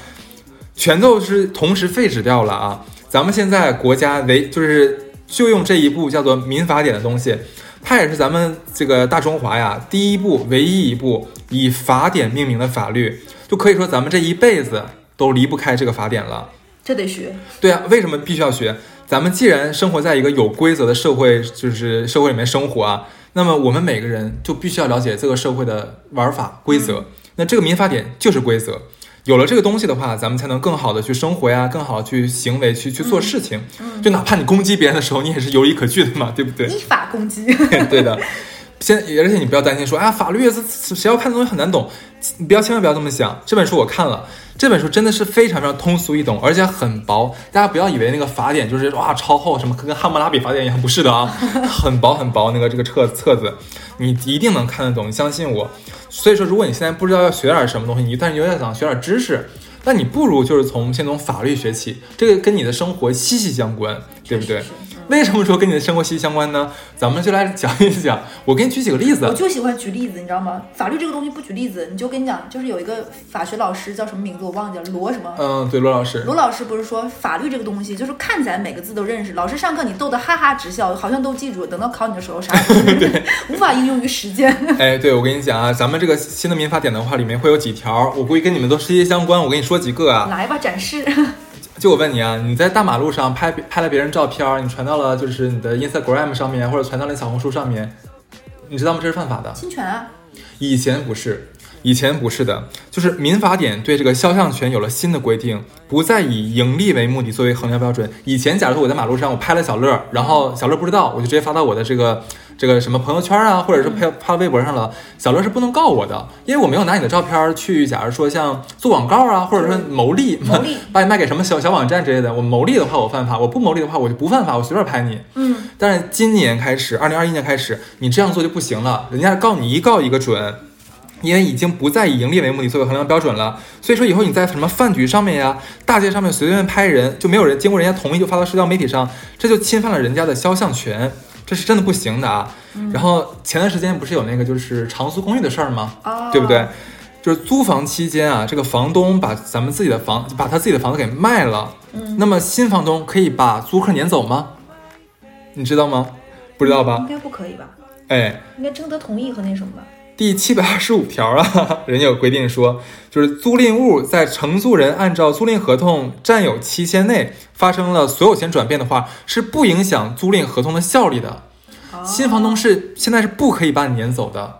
[SPEAKER 3] 全都是同时废止掉了啊！咱们现在国家为就是就用这一部叫做《民法典》的东西，它也是咱们这个大中华呀第一部唯一一部以法典命名的法律，就可以说咱们这一辈子都离不开这个法典了。
[SPEAKER 2] 这得学，
[SPEAKER 3] 对啊，为什么必须要学？咱们既然生活在一个有规则的社会，就是社会里面生活啊，那么我们每个人就必须要了解这个社会的玩法规则。那这个民法典就是规则，有了这个东西的话，咱们才能更好的去生活呀，更好的去行为，去去做事情。就哪怕你攻击别人的时候，你也是有理可据的嘛，对不对？
[SPEAKER 2] 依法攻
[SPEAKER 3] [LAUGHS]
[SPEAKER 2] 击。
[SPEAKER 3] 对的。先，而且你不要担心说啊，法律是谁要看的东西很难懂，你不要千万不要这么想。这本书我看了，这本书真的是非常非常通俗易懂，而且很薄。大家不要以为那个法典就是哇超厚，什么跟汉谟拉比法典一样，不是的啊，很薄很薄那个这个册册子，你一定能看得懂，你相信我。所以说，如果你现在不知道要学点什么东西，你但是又想学点知识，那你不如就是从先从法律学起，这个跟你的生活息息相关，对不对？
[SPEAKER 2] 确实是嗯
[SPEAKER 3] 为什么说跟你的生活息息相关呢？咱们就来讲一讲，我给你举几个例
[SPEAKER 2] 我
[SPEAKER 3] 子。
[SPEAKER 2] 就喜欢举例子，你知道吗？法律这个东西不举例子，你就跟你讲，就是有一个法学老师叫什么名字我忘记了，罗什么。
[SPEAKER 3] 嗯，对，罗老师，
[SPEAKER 2] 罗老师不是说法律这个东西，就是看起来每个字都认识，老师上课你逗得哈哈直笑，好像都记住，等到考你的时候啥也不是， [LAUGHS] 无法应用于实践。
[SPEAKER 3] 哎，对，我跟你讲啊，咱们这个新的民法典的话，里面会有几条，我估计跟你们都息息相关。我跟你说几个 [LAUGHS] 啊，
[SPEAKER 2] 来吧，展示。 [LAUGHS]
[SPEAKER 3] 就我问你啊，你在大马路上拍拍了别人照片儿，你传到了就是你的 Instagram 上面，或者传到了小红书上面，你知道吗？这是犯法的。
[SPEAKER 2] 侵权啊，
[SPEAKER 3] 以前不是，以前不是的，就是民法典对这个肖像权有了新的规定，不再以盈利为目的作为衡量标准。以前，假如说我在马路上我拍了小乐儿，然后小乐儿不知道，我就直接发到我的这个 [LAUGHS] 这个什么朋友圈啊，或者是拍发微博上了，小乐儿是不能告我的，因为我没有拿你的照片儿去，假如说像做广告啊，或者说牟利， [LAUGHS]
[SPEAKER 2] 牟利
[SPEAKER 3] 把你卖给什么小小网站之类的，我牟利的话我犯法，我不牟利的话我就不犯法，我随便拍你。
[SPEAKER 2] 嗯，
[SPEAKER 3] 但是今年开始，二零二一年开始，你这样做就不行了，人家告你一告一个准。因为已经不再以盈利为目的作为衡量标准了，所以说以后你在什么饭局上面呀、大街上面随便拍人，就没有人经过人家同意就发到社交媒体上，这就侵犯了人家的肖像权，这是真的不行的啊。然后前段时间不是有那个就是长租公寓的事儿吗？
[SPEAKER 2] 啊，
[SPEAKER 3] 对不对？？就是租房期间啊，这个房东把咱们自己的房，把他自己的房子给卖了，
[SPEAKER 2] 嗯
[SPEAKER 3] 那么新房东可以把租客撵走吗？你知道吗？不知道吧
[SPEAKER 2] 应？该不可以吧？
[SPEAKER 3] 哎，
[SPEAKER 2] 应该征得同意和那什么吧？
[SPEAKER 3] 第七百二十五条啊， [LAUGHS] 人家有规定说，就是租赁物在承租人按照租赁合同占有期限内发生了所有权转变的话，是不影响租赁合同的效力的。
[SPEAKER 2] 啊
[SPEAKER 3] 新房东是现在是不可以把你撵走的，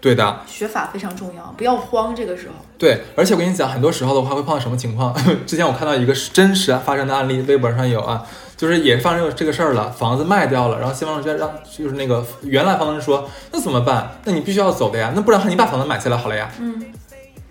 [SPEAKER 3] 对的。
[SPEAKER 2] 学法非常重要，不要慌，这个时候
[SPEAKER 3] 对，而且我跟你讲，很多时候的话会碰到什么情况？ [LAUGHS] 之前我看到一个是真实发生的案例，微博上有啊，就是也发生这个事儿了，房子卖掉了，然后新房东就让就是那个原来房东说，那怎么办？那你必须要走的呀，那不然的话你把房子买下来好了呀。
[SPEAKER 2] 嗯，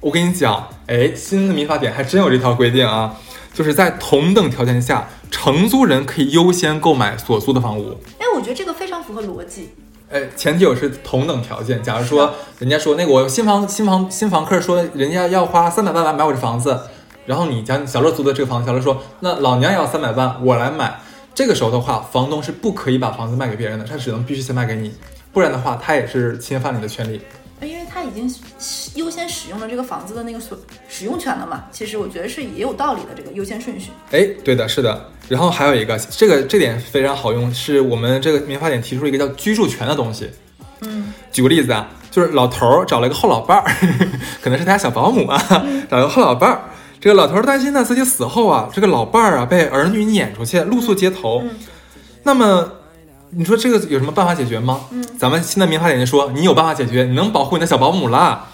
[SPEAKER 3] 我跟你讲，哎，新的民法典还真有这条规定啊，就是在同等条件下，承租人可以优先购买所租的房屋。
[SPEAKER 2] 哎，我觉得这个非常符合逻辑。
[SPEAKER 3] 呃，前提有是同等条件。假如说人家说那个我新房新房新房客说人家要花三百万来买我这房子，然后你家小乐租的这个房子，小乐说那老娘也要三百万，我来买。这个时候的话，房东是不可以把房子卖给别人的，他只能必须先卖给你，不然的话他也是侵犯了你的权利。
[SPEAKER 2] 因为他已经使优先使用了这个房子的那个所使用权了嘛，其实我觉得是也有道理的这个优先顺序。
[SPEAKER 3] 哎，对的，是的。然后还有一个，这个这点非常好用，是我们这个民法典提出了一个叫居住权的东西。
[SPEAKER 2] 嗯，
[SPEAKER 3] 举个例子啊，就是老头儿找了一个后老伴儿， [LAUGHS] 可能是他家小保姆啊，
[SPEAKER 2] 嗯
[SPEAKER 3] 找了个后老伴儿。这个老头儿担心呢，自己死后啊，这个老伴儿啊被儿女撵出去，露宿街头。
[SPEAKER 2] 嗯
[SPEAKER 3] 那么，你说这个有什么办法解决吗？
[SPEAKER 2] 嗯
[SPEAKER 3] 咱们新的民法典就说，你有办法解决，你能保护你的小保姆啦。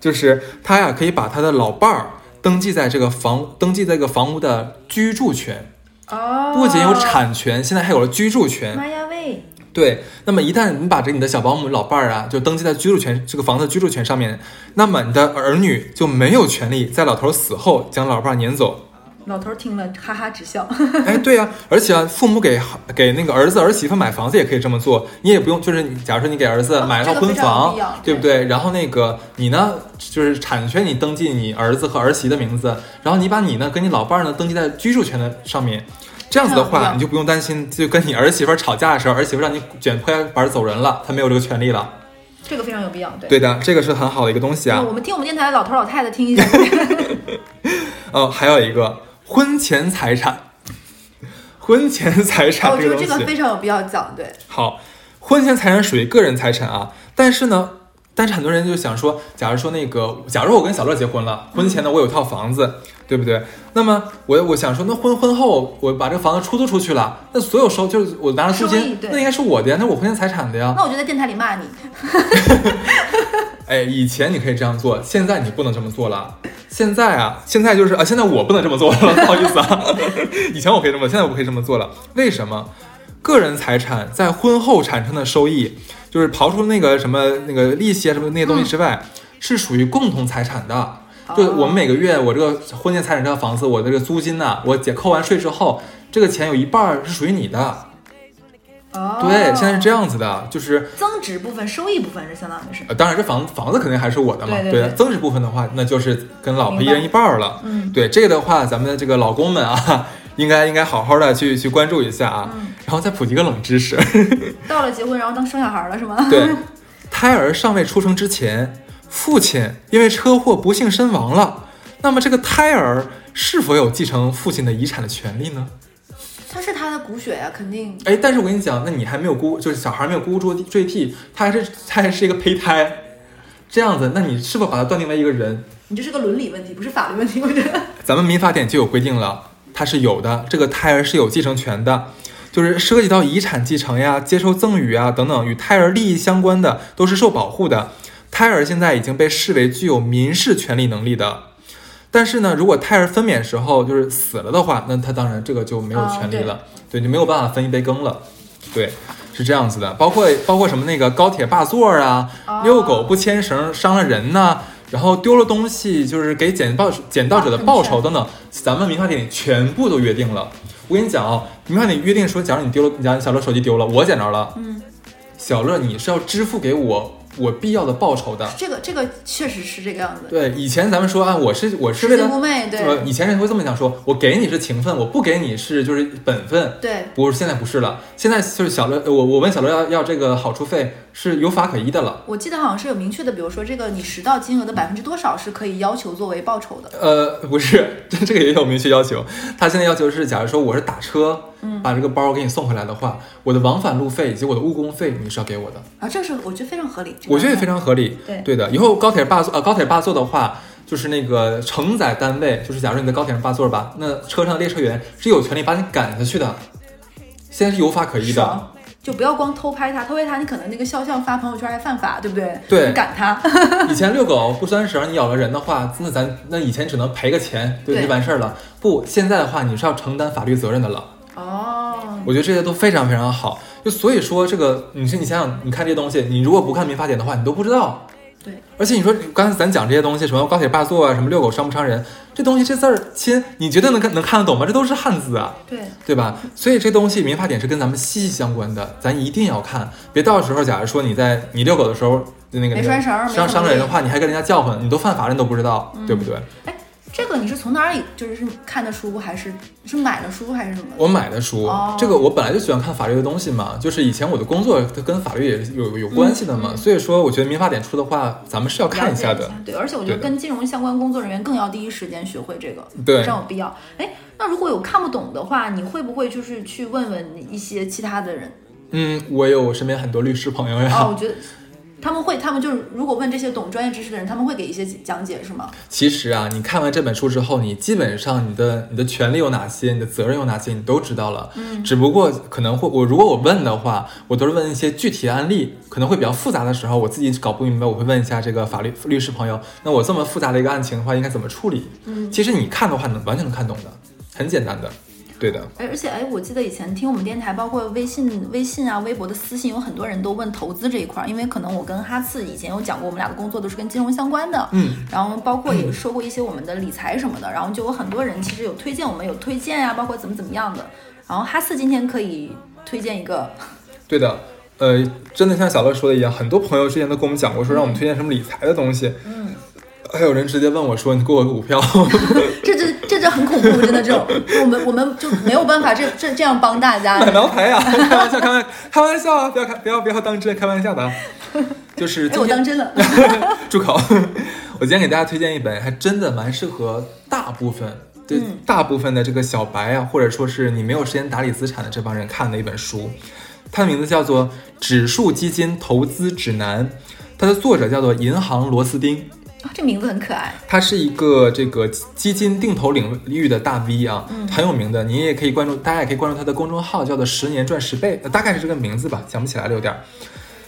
[SPEAKER 3] 就是他呀，可以把他的老伴儿登记在这个房，登记在这个房屋的居住权，
[SPEAKER 2] 哦，
[SPEAKER 3] 不仅有产权，现在还有了居住权。
[SPEAKER 2] 妈呀喂，
[SPEAKER 3] 对，那么一旦你把这你的小保姆老伴儿啊，就登记在居住权这个房子居住权上面，那么你的儿女就没有权利在老头死后将老伴儿撵走。
[SPEAKER 2] 老头儿听了哈哈直笑。 [LAUGHS]
[SPEAKER 3] 哎，对呀、而且啊，父母给给那个儿子儿媳妇买房子也可以这么做，你也不用就是你，假如说你给儿子
[SPEAKER 2] 哦
[SPEAKER 3] 买一
[SPEAKER 2] 这
[SPEAKER 3] 套
[SPEAKER 2] 个
[SPEAKER 3] 婚
[SPEAKER 2] 非常有
[SPEAKER 3] 房，
[SPEAKER 2] 必要
[SPEAKER 3] 对不对？然后那个你呢，就是产权你登记你儿子和儿媳的名字，然后你把你呢跟你老伴儿呢登记在居住权的上面。这样子的
[SPEAKER 2] 这样
[SPEAKER 3] 话，
[SPEAKER 2] 子
[SPEAKER 3] 你就不用担心，就跟你儿媳妇儿吵架的时候，儿媳妇让你卷铺盖板儿走人了，她没有这个权利了。
[SPEAKER 2] 这个非常有必要，对。
[SPEAKER 3] 对的，这个是很好的一个东西
[SPEAKER 2] 那
[SPEAKER 3] 啊
[SPEAKER 2] 我。们听我们电台的老头儿老太太听一
[SPEAKER 3] [LAUGHS]
[SPEAKER 2] 下，嗯
[SPEAKER 3] 哦，还有一个婚前财产，婚前财产
[SPEAKER 2] 我觉得
[SPEAKER 3] 这个
[SPEAKER 2] 哦这
[SPEAKER 3] 东西，
[SPEAKER 2] 个非常有必要讲，对，
[SPEAKER 3] 好，婚前财产属于个人财产啊，但是呢，但是很多人就想说，假如说那个，假如我跟小乐结婚
[SPEAKER 2] 嗯
[SPEAKER 3] 了，婚前呢我有一套房子，对不对？那么我我想说，那婚婚后我把这个房子出租出去了，那所有收就是我拿了租
[SPEAKER 2] 收益
[SPEAKER 3] 金，
[SPEAKER 2] 对
[SPEAKER 3] 那应该是我的呀，那是我婚前财产的呀。
[SPEAKER 2] 那我就在电台里骂你，
[SPEAKER 3] 哎，以前你可以这样做，现在你不能这么做了。现在啊，现在就是啊，现在我不能这么做了， [LAUGHS] 不好意思啊。以前我可以这么，现在我不可以这么做了。为什么？个人财产在婚后产生的收益，就是刨出那个什么那个利息啊什么那些东西之外，是属于共同财产的。就我们每个月我这个婚前财产这个房子，我的这个租金呐、我姐扣完税之后，这个钱有一半儿是属于你的。
[SPEAKER 2] 哦，
[SPEAKER 3] 对，现在是这样子的，就是
[SPEAKER 2] 增值部分、收益部分是相当于是，
[SPEAKER 3] 呃，当然这房房子肯定还是我的嘛，
[SPEAKER 2] 对对对
[SPEAKER 3] 增值部分的话，那就是跟老婆
[SPEAKER 2] 明
[SPEAKER 3] 一
[SPEAKER 2] 白
[SPEAKER 3] 人一半儿了。
[SPEAKER 2] 嗯，
[SPEAKER 3] 对这个的话，咱们这个老公们啊，应该应该好好的去去关注一下啊。
[SPEAKER 2] 嗯
[SPEAKER 3] 然后再普及个冷知识，
[SPEAKER 2] 到了结婚，然后当生小孩了是吗？ [LAUGHS]
[SPEAKER 3] 对，胎儿尚未出生之前，父亲因为车祸不幸身亡了，那么这个胎儿是否有继承父亲的遗产的权利
[SPEAKER 2] 嗯
[SPEAKER 3] 呢？
[SPEAKER 2] 他是他的骨血呀、肯定。
[SPEAKER 3] 哎，但是我跟你讲，那你还没有姑，就是小孩没有姑姑坠替，他还是他还是一个胚胎，这样子，那你是否把他断定为一个人？
[SPEAKER 2] 你这是个伦理问题，不是法律问题，我觉得。
[SPEAKER 3] 咱们民法典就有规定了，它是有的，这个胎儿是有继承权的，就是涉及到遗产继承呀、接受赠与啊等等与胎儿利益相关的，都是受保护的。胎儿现在已经被视为具有民事权利能力的。但是呢，如果胎儿分娩时候就是死了的话，那他当然这个就没有
[SPEAKER 2] 啊
[SPEAKER 3] 权利
[SPEAKER 2] 对
[SPEAKER 3] 了，对，就没有办法分一杯羹了。对，是这样子的，包括包括什么那个高铁霸座啊，
[SPEAKER 2] 哦
[SPEAKER 3] 遛狗不牵绳伤了人呐、然后丢了东西就是给捡报捡到者的报酬等等，咱们民法典里全部都约定了。我跟你讲啊，民法典约定说，假如你丢了，假如小乐手机丢了，我捡着了，
[SPEAKER 2] 嗯，
[SPEAKER 3] 小乐你是要支付给我我必要的报酬的。
[SPEAKER 2] 这个这个确实是这个样子。
[SPEAKER 3] 对，以前咱们说啊，我是我是
[SPEAKER 2] 拾
[SPEAKER 3] 为
[SPEAKER 2] 金
[SPEAKER 3] 了
[SPEAKER 2] 不昧，对
[SPEAKER 3] 呃，以前人会这么想说，我给你是情分，我不给你是就是本分。
[SPEAKER 2] 对，
[SPEAKER 3] 不是，现在不是了，现在就是小乐，呃我我问小乐要要这个好处费是有法可依的了。
[SPEAKER 2] 我记得好像是有明确的，比如说这个你拾到金额的百分之多少是可以要求作为报酬的。
[SPEAKER 3] 呃，不是，这这个也有明确要求。他现在要求是，假如说我是打车，
[SPEAKER 2] 嗯
[SPEAKER 3] 把这个包给你送回来的话，我的往返路费以及我的误工费你是要给我的，
[SPEAKER 2] 啊，这是我觉得非常合理。这个
[SPEAKER 3] 我觉得也非常合理。
[SPEAKER 2] 对
[SPEAKER 3] 的，以后高铁霸座呃高铁霸座的话，就是那个承载单位，就是假如你在高铁上霸座吧，那车上的列车员是有权利把你赶下去的，现在是有法可依的。
[SPEAKER 2] 爽，就不要光偷拍他，偷拍他你可能那个肖像发朋友圈还犯法，对不对？
[SPEAKER 3] 对
[SPEAKER 2] 你赶
[SPEAKER 3] [LAUGHS]
[SPEAKER 2] 他，
[SPEAKER 3] 以前遛狗不拴绳，你咬了人的话，那咱那以前只能赔个钱，对，
[SPEAKER 2] 对
[SPEAKER 3] 就完事儿了。不，现在的话你是要承担法律责任的了。
[SPEAKER 2] 哦，
[SPEAKER 3] 我觉得这些都非常非常好。就所以说，这个你是你想想，你看这些东西，你如果不看民法典的话，你都不知道。
[SPEAKER 2] 对，
[SPEAKER 3] 而且你说刚才咱讲这些东西，什么高铁霸座啊，什么遛狗伤不伤人，这东西这字儿亲，你绝对能看能看得懂吗？这都是汉字啊，
[SPEAKER 2] 对，
[SPEAKER 3] 对吧？所以这东西民法典是跟咱们息息相关的，咱一定要看，别到时候假如说你在你遛狗的时候那个
[SPEAKER 2] 没拴绳儿没
[SPEAKER 3] 伤伤
[SPEAKER 2] 同
[SPEAKER 3] 了人的
[SPEAKER 2] 意
[SPEAKER 3] 话，你还跟人家叫唤，你都犯法，人都不知道，对不对？
[SPEAKER 2] 哎，这个你是从哪里就是看的书，还是是买的书还是什么？
[SPEAKER 3] 我买的书，
[SPEAKER 2] 哦
[SPEAKER 3] 这个我本来就喜欢看法律的东西嘛，就是以前我的工作它跟法律也是有有关系的嘛，所以说我觉得民法典出的话，咱们是要看一
[SPEAKER 2] 嗯
[SPEAKER 3] 下
[SPEAKER 2] 了
[SPEAKER 3] 的
[SPEAKER 2] 解。对，而且我觉得
[SPEAKER 3] 对的
[SPEAKER 2] 跟金融相关工作人员更要第一时间学会这个，
[SPEAKER 3] 对
[SPEAKER 2] 非常有必要。哎，那如果有看不懂的话，你会不会就是去问问一些其他的人？
[SPEAKER 3] 嗯，我有身边很多律师朋友呀，
[SPEAKER 2] 啊，我觉得他们会，他们就是如果问这些懂专业知识的人，他们会给一些讲解，是吗？
[SPEAKER 3] 其实啊，你看完这本书之后，你基本上你的你的权利有哪些，你的责任有哪些，你都知道了。嗯，只不过可能会我如果我问的话，我都是问一些具体案例，可能会比较复杂的时候，我自己搞不明白，我会问一下这个法律律师朋友，那我这么复杂的一个案情的话，应该怎么处理？嗯，其实你看的话，能完全能看懂的，很简单的，对的。
[SPEAKER 2] 哎，而且哎，我记得以前听我们电台，包括微信、微信啊、微博的私信，有很多人都问投资这一块儿，因为可能我跟哈次以前有讲过，我们俩的工作都是跟金融相关的，
[SPEAKER 3] 嗯，
[SPEAKER 2] 然后包括也说过一些我们的理财什么的，然后就有很多人其实有推荐我们有推荐呀、包括怎么怎么样的。然后哈次今天可以推荐一个， [LAUGHS]
[SPEAKER 3] 对的，呃，真的像小乐说的一样，很多朋友之前都跟我们讲过，说让我们推荐什么理财的东西。嗯，还有人直接问我说：“你给我个股票。”
[SPEAKER 2] 这这这这很恐怖，真的这种，我们我们就没有办法这这这样帮大家，
[SPEAKER 3] 买茅台呀、啊开玩笑，开玩开玩笑啊，不要开，不要不要当真，开玩笑的啊。就是
[SPEAKER 2] 哎，
[SPEAKER 3] 今
[SPEAKER 2] 我当
[SPEAKER 3] 天
[SPEAKER 2] 真了。
[SPEAKER 3] 住口！ [LAUGHS] 我今天给大家推荐一本，还真的蛮适合大部分对、大部分的这个小白啊，或者说是你没有时间打理资产的这帮人看的一本书。它的名字叫做《指数基金投资指南》，它的作者叫做银行螺丝钉。
[SPEAKER 2] 啊 [LAUGHS] 这名字很可爱，
[SPEAKER 3] 他是一个这个基金定投领域的大 V 啊，
[SPEAKER 2] 嗯
[SPEAKER 3] 很有名的。你也可以关注，大家也可以关注他的公众号，叫做“十年赚十倍”，呃大概是这个名字吧，想不起来了有点儿。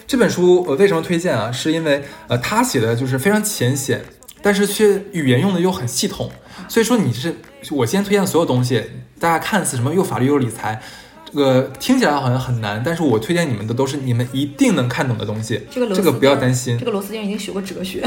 [SPEAKER 3] 这本书我为什么推荐啊？是因为呃，他写的就是非常浅显，但是却语言用的又很系统。所以说你是我今天推荐的所有东西，大家看似什么又法律又理财，这个听起来好像很难，但是我推荐你们的都是你们一定能看懂的东西。
[SPEAKER 2] 这个螺丝
[SPEAKER 3] 这
[SPEAKER 2] 钉
[SPEAKER 3] 个不要担心
[SPEAKER 2] 这。个螺丝钉已经学过哲学，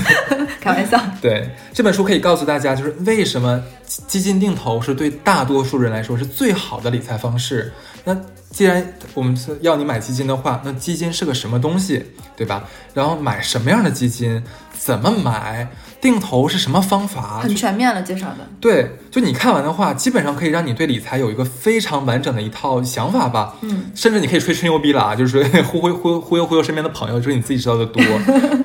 [SPEAKER 2] [LAUGHS] 开玩笑。
[SPEAKER 3] [LAUGHS] 对，这本书可以告诉大家，就是为什么基基金定投是对大多数人来说是最好的理财方式。那既然我们是要你买基金的话，那基金是个什么东西，对吧？然后买什么样的基金，怎么买、定投是什么方法，
[SPEAKER 2] 很全面了介绍的。
[SPEAKER 3] 对，就你看完的话，基本上可以让你对理财有一个非常完整的一套想法吧。
[SPEAKER 2] 嗯，
[SPEAKER 3] 甚至你可以吹吹牛逼了啊，就是说 [LAUGHS] 忽忽忽忽悠忽悠身边的朋友，就是你自己知道的多。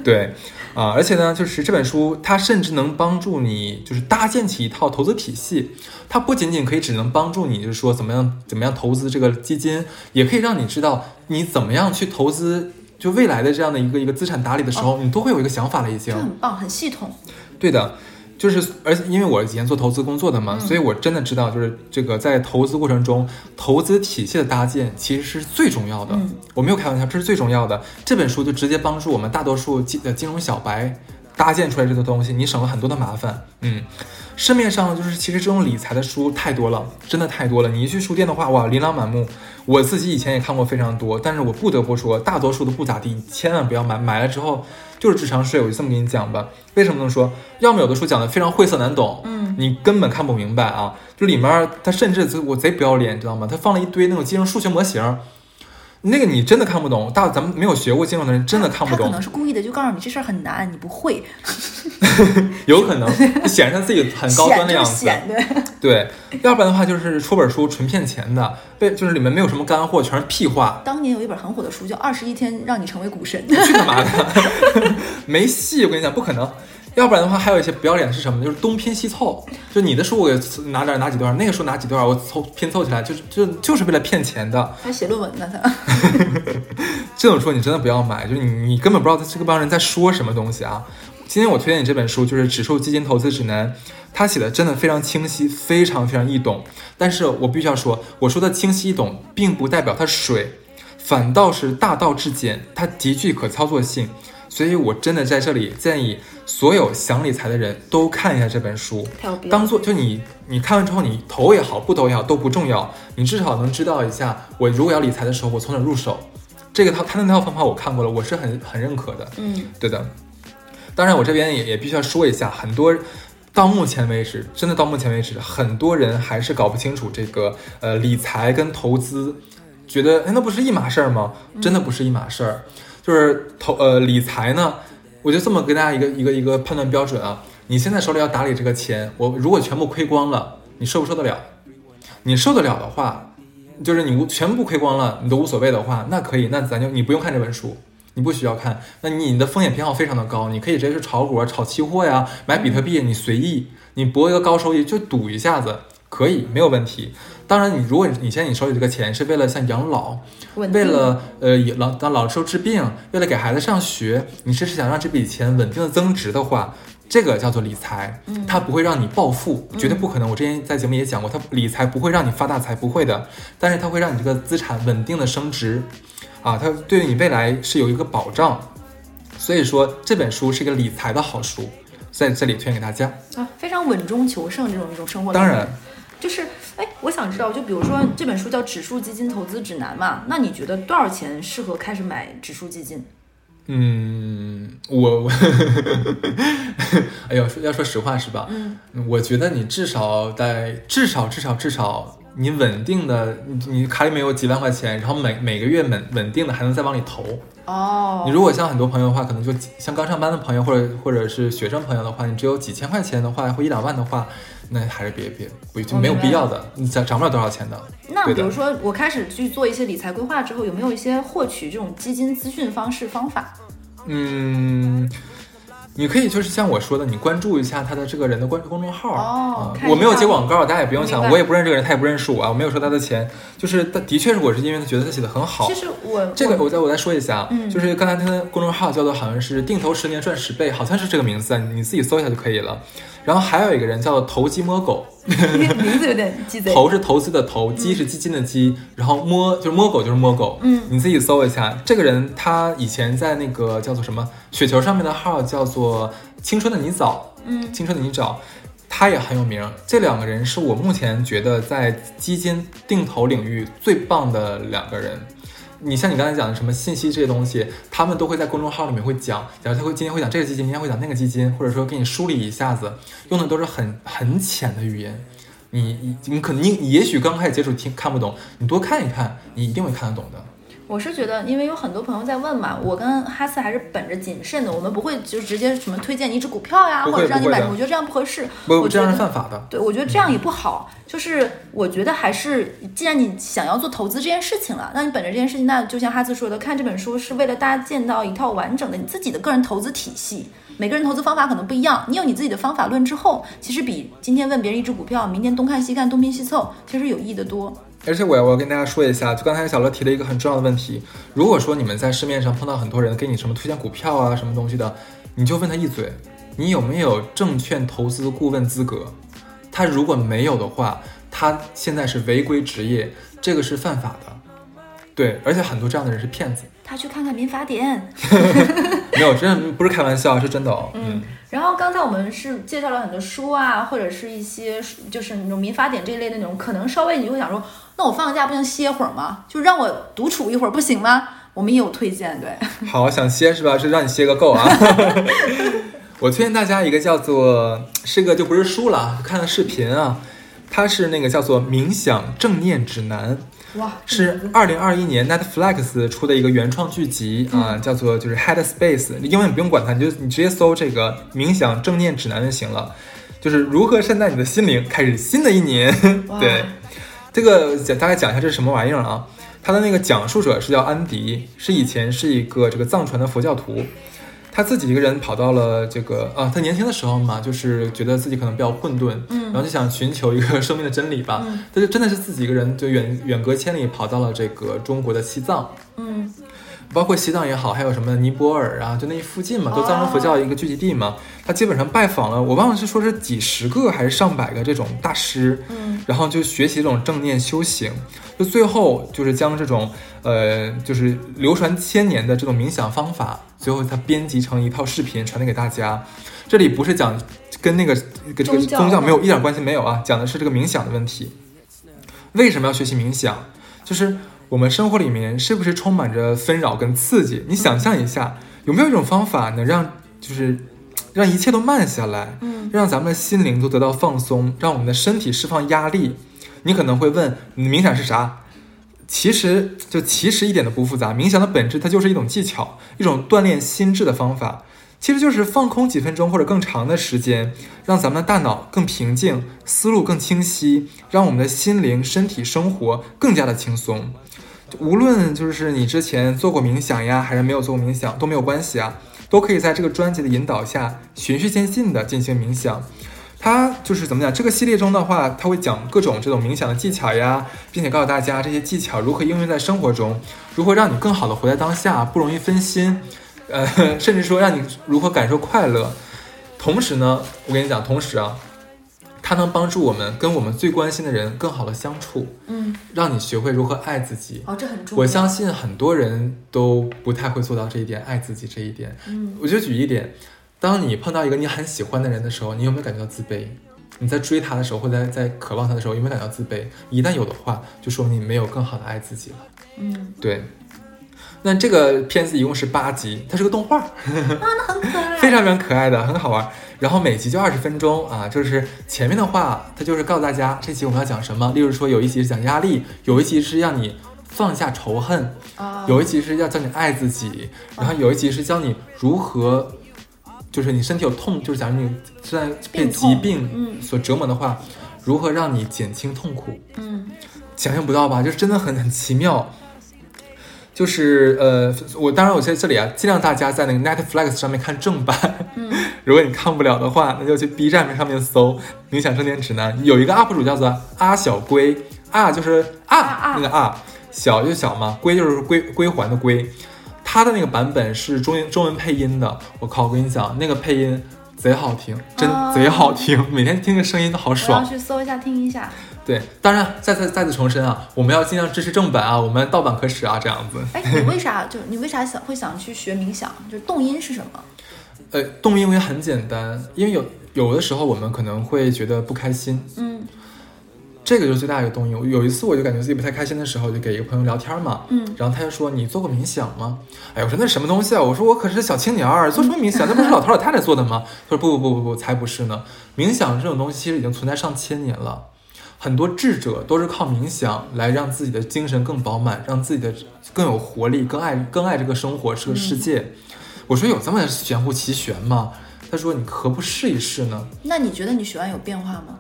[SPEAKER 3] 对，啊、而且呢，就是这本书它甚至能帮助你，就是搭建起一套投资体系。它不仅仅可以只能帮助你，就是说怎么样怎么样投资这个基金，也可以让你知道你怎么样去投资。就未来的这样的一个一个资产打理的时候，你都会有一个想法了，已经。
[SPEAKER 2] 这很棒，很系统。
[SPEAKER 3] 对的，就是而且因为我以前做投资工作的嘛，所以我真的知道，就是这个在投资过程中，投资体系的搭建其实是最重要的。
[SPEAKER 2] 嗯
[SPEAKER 3] 我没有开玩笑，这是最重要的。这本书就直接帮助我们大多数金呃金融小白搭建出来这个东西，你省了很多的麻烦。嗯，市面上就是其实这种理财的书太多了，真的太多了。你一去书店的话，哇，琳琅满目。我自己以前也看过非常多，但是我不得不说，大多数都不咋地，千万不要买。买了之后就是智商税，我就这么跟你讲吧。为什么这么说？要么有的书讲的非常晦涩难懂，嗯，你根本看不明白啊。就里面儿它甚至我贼不要脸，你知道吗？它放了一堆那种金融数学模型儿，那个你真的看不懂。大咱们没有学过金融的人真的看不
[SPEAKER 2] 他可
[SPEAKER 3] 懂
[SPEAKER 2] 能，是故意的，就告诉你这事儿很难，你不会，
[SPEAKER 3] 有可能显示他自己很高端的样子。
[SPEAKER 2] 显就是显的。
[SPEAKER 3] 对，要不然的话就是出本书纯骗钱的，被就是里面没有什么干货，全是屁话，
[SPEAKER 2] 当年有一本很火的书叫《二十一天让你成为股神》， [LAUGHS]
[SPEAKER 3] 去他妈的， [LAUGHS] 没戏！我跟你讲，不可能。要不然的话，还有一些不要脸的是什么？就是东拼西凑，就你的书我给拿点儿拿几段儿，那个书拿几段儿，我凑拼凑起来，就是就就是为了骗钱的。
[SPEAKER 2] 还写论文呢。他
[SPEAKER 3] 这种书你真的不要买，就是你你根本不知道这个帮人在说什么东西啊。今天我推荐你这本书就是《指数基金投资指南》，它写的真的非常清晰，非常非常易懂。但是我必须要说，我说的清晰易懂，并不代表它水，反倒是大道至简，它极具可操作性。所以我真的在这里建议所有想理财的人都看一下这本书。
[SPEAKER 2] 太有必要了。
[SPEAKER 3] 当做就你你看完之后，你投也好，不投也好都不重要，你至少能知道一下，我如果要理财的时候，我从哪儿入手。这个套他那套方法我看过了，我是很很认可的，
[SPEAKER 2] 嗯，
[SPEAKER 3] 对的。当然，我这边也也必须要说一下，很多到目前为止，真的到目前为止，很多人还是搞不清楚这个呃理财跟投资，觉得哎那不是一码事儿吗？真的不是一码事儿，就是投呃理财呢，我就这么给大家一个一个一个判断标准啊，你现在手里要打理这个钱，我如果全部亏光了，你受不受得了？你受得了的话，就是你无全部亏光了，你都无所谓的话，那可以，那咱就你不用看这本书，你不需要看，那你你的风险偏好非常的高，你可以直接去炒股啊、炒期货呀、买比特
[SPEAKER 2] 嗯
[SPEAKER 3] 币，你随意，你博一个高收益就赌一下子，可以没有问题。当然，你如果你现在你手里这个钱是为了像养老，
[SPEAKER 2] 稳定
[SPEAKER 3] 为了呃以老当老的时候治病，为了给孩子上学，你是想让这笔钱稳定的增值的话，这个叫做理财，它不会让你暴富，绝对不可能。我之前在节目也讲过，它理财不会让你发大财，不会的，但是它会让你这个资产稳定的升值，啊，它对你未来是有一个保障。所以说这本书是一个理财的好书，在这里推荐给大家。
[SPEAKER 2] 啊，非常稳中求胜这种一种生活。
[SPEAKER 3] 当然，
[SPEAKER 2] 就是哎，我想知道，就比如说这本书叫《指数基金投资指南》嘛，那你觉得多少钱适合开始买指数基金？
[SPEAKER 3] 嗯，我， [LAUGHS] 我哎呦，说要说实话是吧？
[SPEAKER 2] 嗯，
[SPEAKER 3] 我觉得你至少在至少至少至少，你稳定的，你你卡里面有几万块钱，然后每每个月稳稳定的还能再往里投。
[SPEAKER 2] 哦，
[SPEAKER 3] 你如果像很多朋友的话，可能就几像刚上班的朋友，或者或者是学生朋友的话，你只有几千块钱的话，或一两万的话，那还是别别不就
[SPEAKER 2] 我
[SPEAKER 3] 没有
[SPEAKER 2] 明白
[SPEAKER 3] 必要的，你涨涨不了多少钱的。
[SPEAKER 2] 那
[SPEAKER 3] 对
[SPEAKER 2] 比
[SPEAKER 3] 的
[SPEAKER 2] 如说我开始去做一些理财规划之后，有没有一些获取这种基金资讯方式方法？
[SPEAKER 3] 嗯，你可以就是像我说的，你关注一下他的这个人的关公众号。
[SPEAKER 2] 哦
[SPEAKER 3] 啊
[SPEAKER 2] 看一下
[SPEAKER 3] 我没有接广告，大家也不用想
[SPEAKER 2] 明，白
[SPEAKER 3] 我也不认识这个人，他也不认识我啊，我没有收他的钱，就是他的确是我是因为他觉得他写的很好
[SPEAKER 2] 其。实我
[SPEAKER 3] 这个我再我再说一下啊，
[SPEAKER 2] 嗯
[SPEAKER 3] 就是刚才他的公众号叫做好像是定投十年赚十倍，好像是这个名字啊，你自己搜一下就可以了。然后还有一个人叫做投鸡摸狗，
[SPEAKER 2] [LAUGHS] 名字有点鸡贼。
[SPEAKER 3] 投是投资的投，鸡是基金的鸡，然后摸就是摸狗就是摸狗，
[SPEAKER 2] 嗯
[SPEAKER 3] 你自己搜一下，这个人他以前在那个叫做什么雪球上面的号叫做青春的泥沼，
[SPEAKER 2] 嗯
[SPEAKER 3] 青春的泥沼，他也很有名。这两个人是我目前觉得在基金定投领域最棒的两个人。你像你刚才讲的什么信息这些东西，他们都会在公众号里面会讲，假如他会今天会讲这个基金，明天会讲那个基金，或者说给你梳理一下子，用的都是很很浅的语言。你你你可能你也许刚开始接触听看不懂，你多看一看，你一定会看得懂的。
[SPEAKER 2] 我是觉得，因为有很多朋友在问嘛，我跟哈斯还是本着谨慎的，我们不会就直接什么推荐你一只股票呀，
[SPEAKER 3] 不会
[SPEAKER 2] 或者让你买什
[SPEAKER 3] 不会的
[SPEAKER 2] 么，我觉得这样不合适。
[SPEAKER 3] 不，
[SPEAKER 2] 我
[SPEAKER 3] 这
[SPEAKER 2] 觉
[SPEAKER 3] 样
[SPEAKER 2] 得
[SPEAKER 3] 是犯法的。
[SPEAKER 2] 对，我觉得这样也不好。就是我觉得还是，既然你想要做投资这件事情了，那你本着这件事情，那就像哈兹说的，看这本书是为了搭建到一套完整的你自己的个人投资体系。每个人投资方法可能不一样，你有你自己的方法论之后，其实比今天问别人一只股票，明天东看西看、东拼西凑，其实有益的多。
[SPEAKER 3] 而且我要我要跟大家说一下，就刚才小乐提了一个很重要的问题，如果说你们在市面上碰到很多人给你什么推荐股票啊什么东西的，你就问他一嘴，你有没有证券投资顾问资格？他如果没有的话，他现在是违规职业，这个是犯法的。对，而且很多这样的人是骗子，
[SPEAKER 2] 他去看看民法典，
[SPEAKER 3] 没有，真的不是开玩笑，是真的哦。嗯，
[SPEAKER 2] 然后刚才我们是介绍了很多书啊，或者是一些就是那种民法典这一类的那种，可能稍微你就会想说，那我放个假不能歇会儿吗？就让我独处一会儿不行吗？我们也有推荐，对，
[SPEAKER 3] 好，想歇是吧？是让你歇个够啊。 [LAUGHS] 我推荐大家一个叫做是个就不是书了，看的视频啊，它是那个叫做《冥想正念指南》。
[SPEAKER 2] [LAUGHS] 哇，
[SPEAKER 3] 是二零二一年 Netflix 出的一个原创剧集啊、叫做就是 Headspace，英文你不用管它，你就你直接搜这个冥想正念指南就行了，就是如何善待你的心灵，开始新的一年。
[SPEAKER 2] 哇
[SPEAKER 3] 对，这个讲大概讲一下这是什么玩意儿啊？它的那个讲述者是叫安迪，是以前是一个这个藏传的佛教徒。他自己一个人跑到了这个啊，他年轻的时候嘛，就是觉得自己可能比较混沌，嗯，然后就想寻求一个生命的真理吧。嗯，他就真的是自己一个人，就远远隔千里跑到了这个中国的西藏，
[SPEAKER 2] 嗯，
[SPEAKER 3] 包括西藏也好，还有什么尼泊尔啊，就那一附近嘛，都藏传佛教一个聚集地嘛。他基本上拜访了，我忘了是说是几十个还是上百个这种大师，
[SPEAKER 2] 嗯，
[SPEAKER 3] 然后就学习这种正念修行，就最后就是将这种呃，就是流传千年的这种冥想方法，最后他编辑成一套视频传递给大家。这里不是讲跟那个跟这个
[SPEAKER 2] 宗教
[SPEAKER 3] 宗教没有一点关系没有啊，讲的是这个冥想的问题。为什么要学习冥想？就是我们生活里面是不是充满着纷扰跟刺激？你想象一下，有没有一种方法能让就是让一切都慢下来，
[SPEAKER 2] 嗯，
[SPEAKER 3] 让咱们的心灵都得到放松，让我们的身体释放压力？你可能会问，你冥想是啥？其实就其实一点都不复杂，冥想的本质它就是一种技巧，一种锻炼心智的方法。其实就是放空几分钟或者更长的时间，让咱们的大脑更平静，思路更清晰，让我们的心灵、身体、生活更加的轻松。无论就是你之前做过冥想呀，还是没有做过冥想都没有关系啊，都可以在这个专辑的引导下，循序渐进的进行冥想。它就是怎么讲？这个系列中的话，它会讲各种这种冥想的技巧呀，并且告诉大家这些技巧如何应用在生活中，如何让你更好的活在当下，不容易分心， [LAUGHS] 呃，甚至说让你如何感受快乐。同时呢，我跟你讲，同时啊，它能帮助我们跟我们最关心的人更好的相处，
[SPEAKER 2] 嗯，
[SPEAKER 3] 让你学会如何爱自己。
[SPEAKER 2] 哦，这很重要。
[SPEAKER 3] 我相信很多人都不太会做到这一点，爱自己这一点。
[SPEAKER 2] 嗯，
[SPEAKER 3] 我就举一点，当你碰到一个你很喜欢的人的时候，你有没有感觉到自卑？你在追他的时候，或者在在渴望他的时候，有没有感觉到自卑？一旦有的话，就说明你没有更好的爱自己了。
[SPEAKER 2] 嗯，
[SPEAKER 3] 对。那这个片子一共是八集，它是个动画，
[SPEAKER 2] 啊很可爱，
[SPEAKER 3] [LAUGHS] 非常非常可爱的，很好玩。然后每集就二十分钟啊，就是前面的话，它就是告诉大家这集我们要讲什么。例如说，有一集是讲压力，有一集是让你放下仇恨，
[SPEAKER 2] 啊，
[SPEAKER 3] 有一集是要教你爱自己，然后有一集是教你如何，就是你身体有痛，就是假如你是在被
[SPEAKER 2] 病
[SPEAKER 3] 疾
[SPEAKER 2] 痛
[SPEAKER 3] 病
[SPEAKER 2] 嗯
[SPEAKER 3] 所折磨的话，如何让你减轻痛苦。
[SPEAKER 2] 嗯
[SPEAKER 3] 想象不到吧？就是真的很很奇妙。就是呃，我当然我在这里啊，尽量大家在那个 Netflix 上面看正版。嗯， [LAUGHS] 如果你看不了的话，那就去 B 站上面搜《冥想正念指南》，有一个 UP 主叫做阿小龟，啊就是啊
[SPEAKER 2] 啊啊
[SPEAKER 3] 那个啊，小就小嘛，龟就是归归还的龟。他的那个版本是中文中文配音的，我靠，我跟你讲，那个配音贼好听，真
[SPEAKER 2] 哦
[SPEAKER 3] 贼好听，每天听着声音都好
[SPEAKER 2] 我
[SPEAKER 3] 爽
[SPEAKER 2] 要。去搜一下听一下。
[SPEAKER 3] 对，当然再再再次重申啊，我们要尽量支持正版啊，我们盗版可耻啊，这样子。
[SPEAKER 2] 哎，
[SPEAKER 3] [LAUGHS]
[SPEAKER 2] 你为啥就你为啥想会想去学冥想？就是动因是什么？
[SPEAKER 3] 呃，动因为很简单，因为有有的时候我们可能会觉得不开心，
[SPEAKER 2] 嗯
[SPEAKER 3] 这个就是最大的一个动因。我有一次我就感觉自己不太开心的时候，就给一个朋友聊天嘛，
[SPEAKER 2] 嗯，
[SPEAKER 3] 然后他就说你做过冥想吗？哎，我说那什么东西啊？我说我可是小青年儿，做什么冥想？那不是老头老太太做的吗？他说不不不不不，才不是呢，冥想这种东西其实已经存在上千年了。很多智者都是靠冥想来让自己的精神更饱满，让自己的更有活力，更爱更爱这个生活，这个世界。我说有这么玄乎其玄吗？他说你何不试一试呢？
[SPEAKER 2] 那你觉得你学完有变化吗？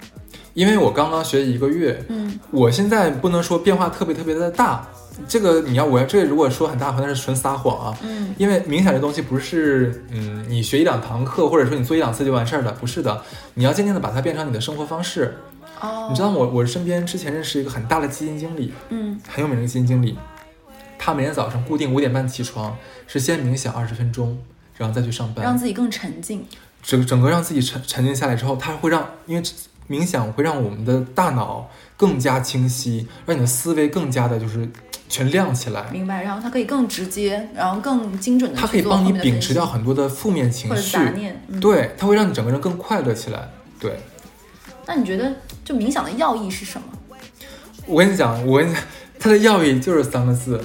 [SPEAKER 3] 因为我刚刚学一个月，
[SPEAKER 2] 嗯，
[SPEAKER 3] 我现在不能说变化特别特别的大。这个你要我要这个如果说很大的话，那是纯撒谎啊。
[SPEAKER 2] 嗯，
[SPEAKER 3] 因为冥想这东西不是，嗯，你学一两堂课，或者说你做一两次就完事儿的，不是的。你要渐渐的把它变成你的生活方式。
[SPEAKER 2] 哦，
[SPEAKER 3] 你知道我我身边之前认识一个很大的基金经理，
[SPEAKER 2] 嗯
[SPEAKER 3] 很有名的基金经理，他每天早上固定五点半起床，是先冥想二十分钟，然后再去上班，
[SPEAKER 2] 让自己更沉静。
[SPEAKER 3] 整整个让自己沉沉静下来之后，它会让因为冥想会让我们的大脑更加清晰，让你的思维更加的就是全亮起来。
[SPEAKER 2] 明白，然后它可以更直接，然后更精准的，
[SPEAKER 3] 它可以帮你秉持掉很多的负面
[SPEAKER 2] 嗯
[SPEAKER 3] 情
[SPEAKER 2] 或者
[SPEAKER 3] 绪
[SPEAKER 2] 杂，念。嗯，
[SPEAKER 3] 对，它会让你整个人更快乐起来。对
[SPEAKER 2] 那你觉得就冥想的要义是什么？
[SPEAKER 3] 我跟你讲，我跟你讲，它的要义就是三个字：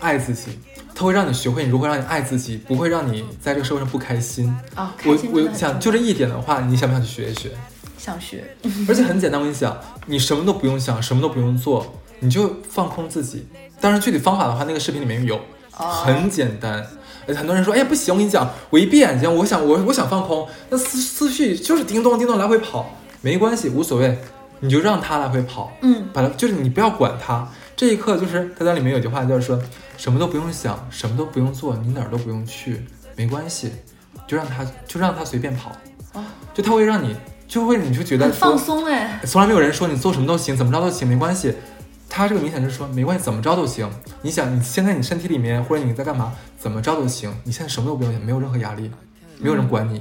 [SPEAKER 3] 爱自己。它会让你学会如何让你爱自己，不会让你在这个社会上不哦开心。
[SPEAKER 2] 啊、开
[SPEAKER 3] 我
[SPEAKER 2] 心真的
[SPEAKER 3] 我
[SPEAKER 2] 很
[SPEAKER 3] 想就
[SPEAKER 2] 重
[SPEAKER 3] 这一点的话，你想不想去学一学？
[SPEAKER 2] 要想学， [LAUGHS]
[SPEAKER 3] 而且很简单，我跟你讲，你什么都不用想，什么都不用做，你就放空自己。当然，具体方法的话，那个视频里面有，
[SPEAKER 2] 哦
[SPEAKER 3] 很简单。而且很多人说，哎呀，不行，我跟你讲，我一闭眼睛，我想我我想放空，那思思绪就是叮咚叮咚来回跑，没关系，无所谓，你就让它来回跑，
[SPEAKER 2] 嗯，
[SPEAKER 3] 把它就是你不要管它。这一刻就是大家里面有句话就是说，什么都不用想，什么都不用做，你哪儿都不用去，没关系，就让它就让它随便跑，
[SPEAKER 2] 哦
[SPEAKER 3] 就它会让你就会你就
[SPEAKER 2] [LAUGHS]
[SPEAKER 3] 觉得
[SPEAKER 2] 很
[SPEAKER 3] 说
[SPEAKER 2] 放松哎，
[SPEAKER 3] 从来没有人说你做什么都行，怎么着都行，没关系。他这个明显就是说，没关系，怎么着都行。你想，你现在你身体里面或者你在干嘛，怎么着都行。你现在什么都不用想，没有任何压力，没有人管你。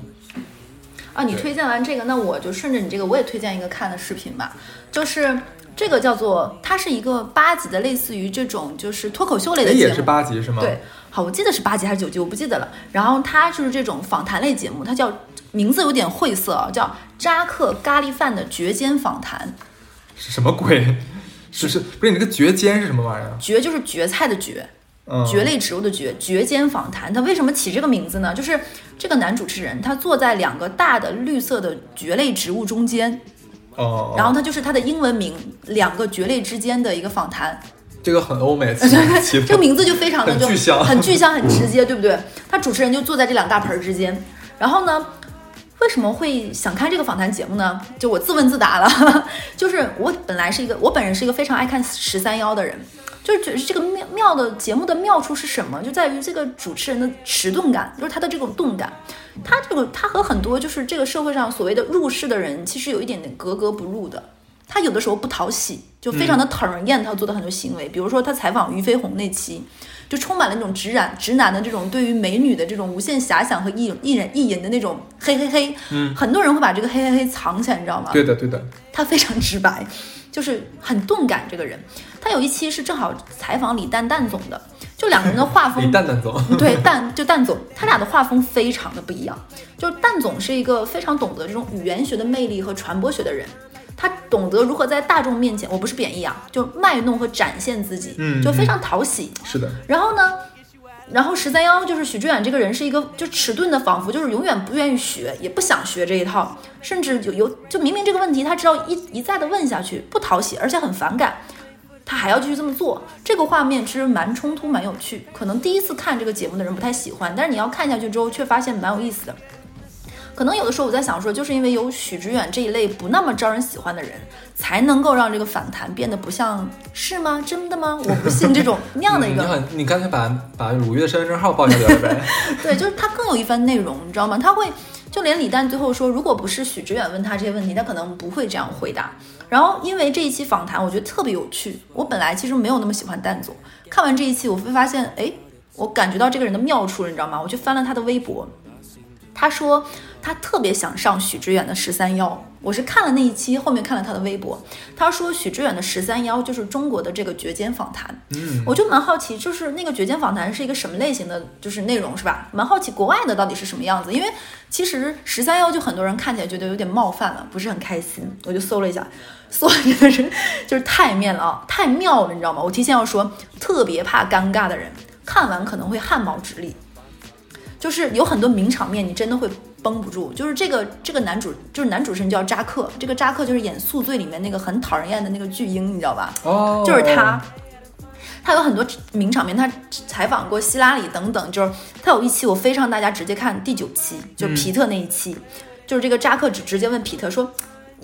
[SPEAKER 2] 啊，你
[SPEAKER 3] 对
[SPEAKER 2] 推荐完这个，那我就顺着你这个，我也推荐一个看的视频吧，就是这个叫做，它是一个八集的，类似于这种就是脱口秀类
[SPEAKER 3] 哎，
[SPEAKER 2] 的节目，
[SPEAKER 3] 也是八级是吗？
[SPEAKER 2] 嗯对，，好，我记得是八集还是九集，我不记得了。然后它就是这种访谈类节目，它叫名字有点晦涩啊，叫《扎克咖喱饭的绝间访谈
[SPEAKER 3] 是什么鬼？就是不是你这个绝尖是什么玩意儿》，？
[SPEAKER 2] 绝就是蕨菜的蕨，
[SPEAKER 3] 嗯，
[SPEAKER 2] 蕨类植物的蕨，蕨间访谈。它为什么起这个名字呢？就是这个男主持人他坐在两个大的绿色的蕨类植物中间，
[SPEAKER 3] 哦，
[SPEAKER 2] 然后他就是他的英文名，两个蕨类之间的一个访谈。
[SPEAKER 3] 这个很欧 [LAUGHS] 美，其
[SPEAKER 2] [LAUGHS]
[SPEAKER 3] 实其实
[SPEAKER 2] 这个名字就非常的
[SPEAKER 3] 很
[SPEAKER 2] 就
[SPEAKER 3] 具象
[SPEAKER 2] 很具象，很直
[SPEAKER 3] [LAUGHS]
[SPEAKER 2] 接，对不对？他主持人就坐在这两大盆儿之间，然后呢，为什么会想看这个访谈节目呢？就我自问自答了， [LAUGHS] 就是我本来是一个我本人是一个非常爱看十三幺的人。就是觉得这个妙妙的节目的妙处是什么？就在于这个主持人的迟钝感，就是他的这种动感。他这个他和很多就是这个社会上所谓的入世的人，其实有一点点格格不入的。他有的时候不讨喜，就非
[SPEAKER 3] 嗯
[SPEAKER 2] 常的讨人厌。他做的很多行为，比如说他采访俞飞鸿那期，就充满了那种直男直男的这种对于美女的这种无限遐想和意意人意淫的那种嘿嘿嘿。嗯，很多人会把这个嘿嘿嘿藏起来，你知道吗？
[SPEAKER 3] 对的对的，
[SPEAKER 2] 他非常直白，就是很动感这个人。他有一期是正好采访李诞诞总的，就两个人的画风
[SPEAKER 3] 李蛋蛋
[SPEAKER 2] [LAUGHS]
[SPEAKER 3] 总，
[SPEAKER 2] 对，蛋就蛋总，他俩的画风非常的不一样。就是蛋总是一个非常懂得这种语言学的魅力和传播学的人，他懂得如何在大众面前，我不是贬义啊，就卖弄和展现自己，
[SPEAKER 3] 嗯
[SPEAKER 2] 就非常讨喜。
[SPEAKER 3] 是的，
[SPEAKER 2] 然后呢，然后十三幺就是许知远这个人是一个就迟钝的，仿佛就是永远不愿意学，也不想学这一套，甚至有有就明明这个问题他知道一一再的问下去不讨喜，而且很反感。他还要继续这么做，这个画面其实蛮冲突、蛮有趣。可能第一次看这个节目的人不太喜欢，但是你要看下去之后，却发现蛮有意思的。可能有的时候我在想说，就是因为有许知远这一类不那么招人喜欢的人，才能够让这个反弹变得不像是吗？真的吗？我不信这种 [LAUGHS] 那样的一
[SPEAKER 3] 嗯你
[SPEAKER 2] 个
[SPEAKER 3] 好，你刚才把把鲁豫的身份证号报下来了
[SPEAKER 2] [LAUGHS]
[SPEAKER 3] 呗？
[SPEAKER 2] 对，就是他更有一番内容，你知道吗？他会就连李诞最后说，如果不是许知远问他这些问题，他可能不会这样回答。然后因为这一期访谈，我觉得特别有趣。我本来其实没有那么喜欢蛋总，看完这一期，我会发现，哎，我感觉到这个人的妙处了，你知道吗？我去翻了他的微博，他说他特别想上许知远的十三幺。我是看了那一期，后面看了他的微博，他说许知远的十三幺就是中国的这个绝间访谈。
[SPEAKER 3] 嗯，
[SPEAKER 2] 我就蛮好奇，就是那个《绝间访谈》是一个什么类型的，就是内容是吧？蛮好奇国外的到底是什么样子，因为其实十三幺就很多人看起来觉得有点冒犯了，不是很开心。我就搜了一下， [LAUGHS] 搜了真的是就是太面了啊，太妙了，你知道吗？我提前要说，特别怕尴尬的人看完可能会汗毛直立，就是有很多名场面你真的会绷不住，就是这个这个男主就是男主持人叫扎克，这个扎克就是演《宿醉》里面那个很讨人厌的那个巨婴，你知道吧？
[SPEAKER 3] 哦，
[SPEAKER 2] 就是他。他有很多名场面，他采访过希拉里等等，就是他有一期我非常大家直接看第九期，
[SPEAKER 3] 嗯
[SPEAKER 2] 就是皮特那一期，就是这个扎克直直接问皮特说。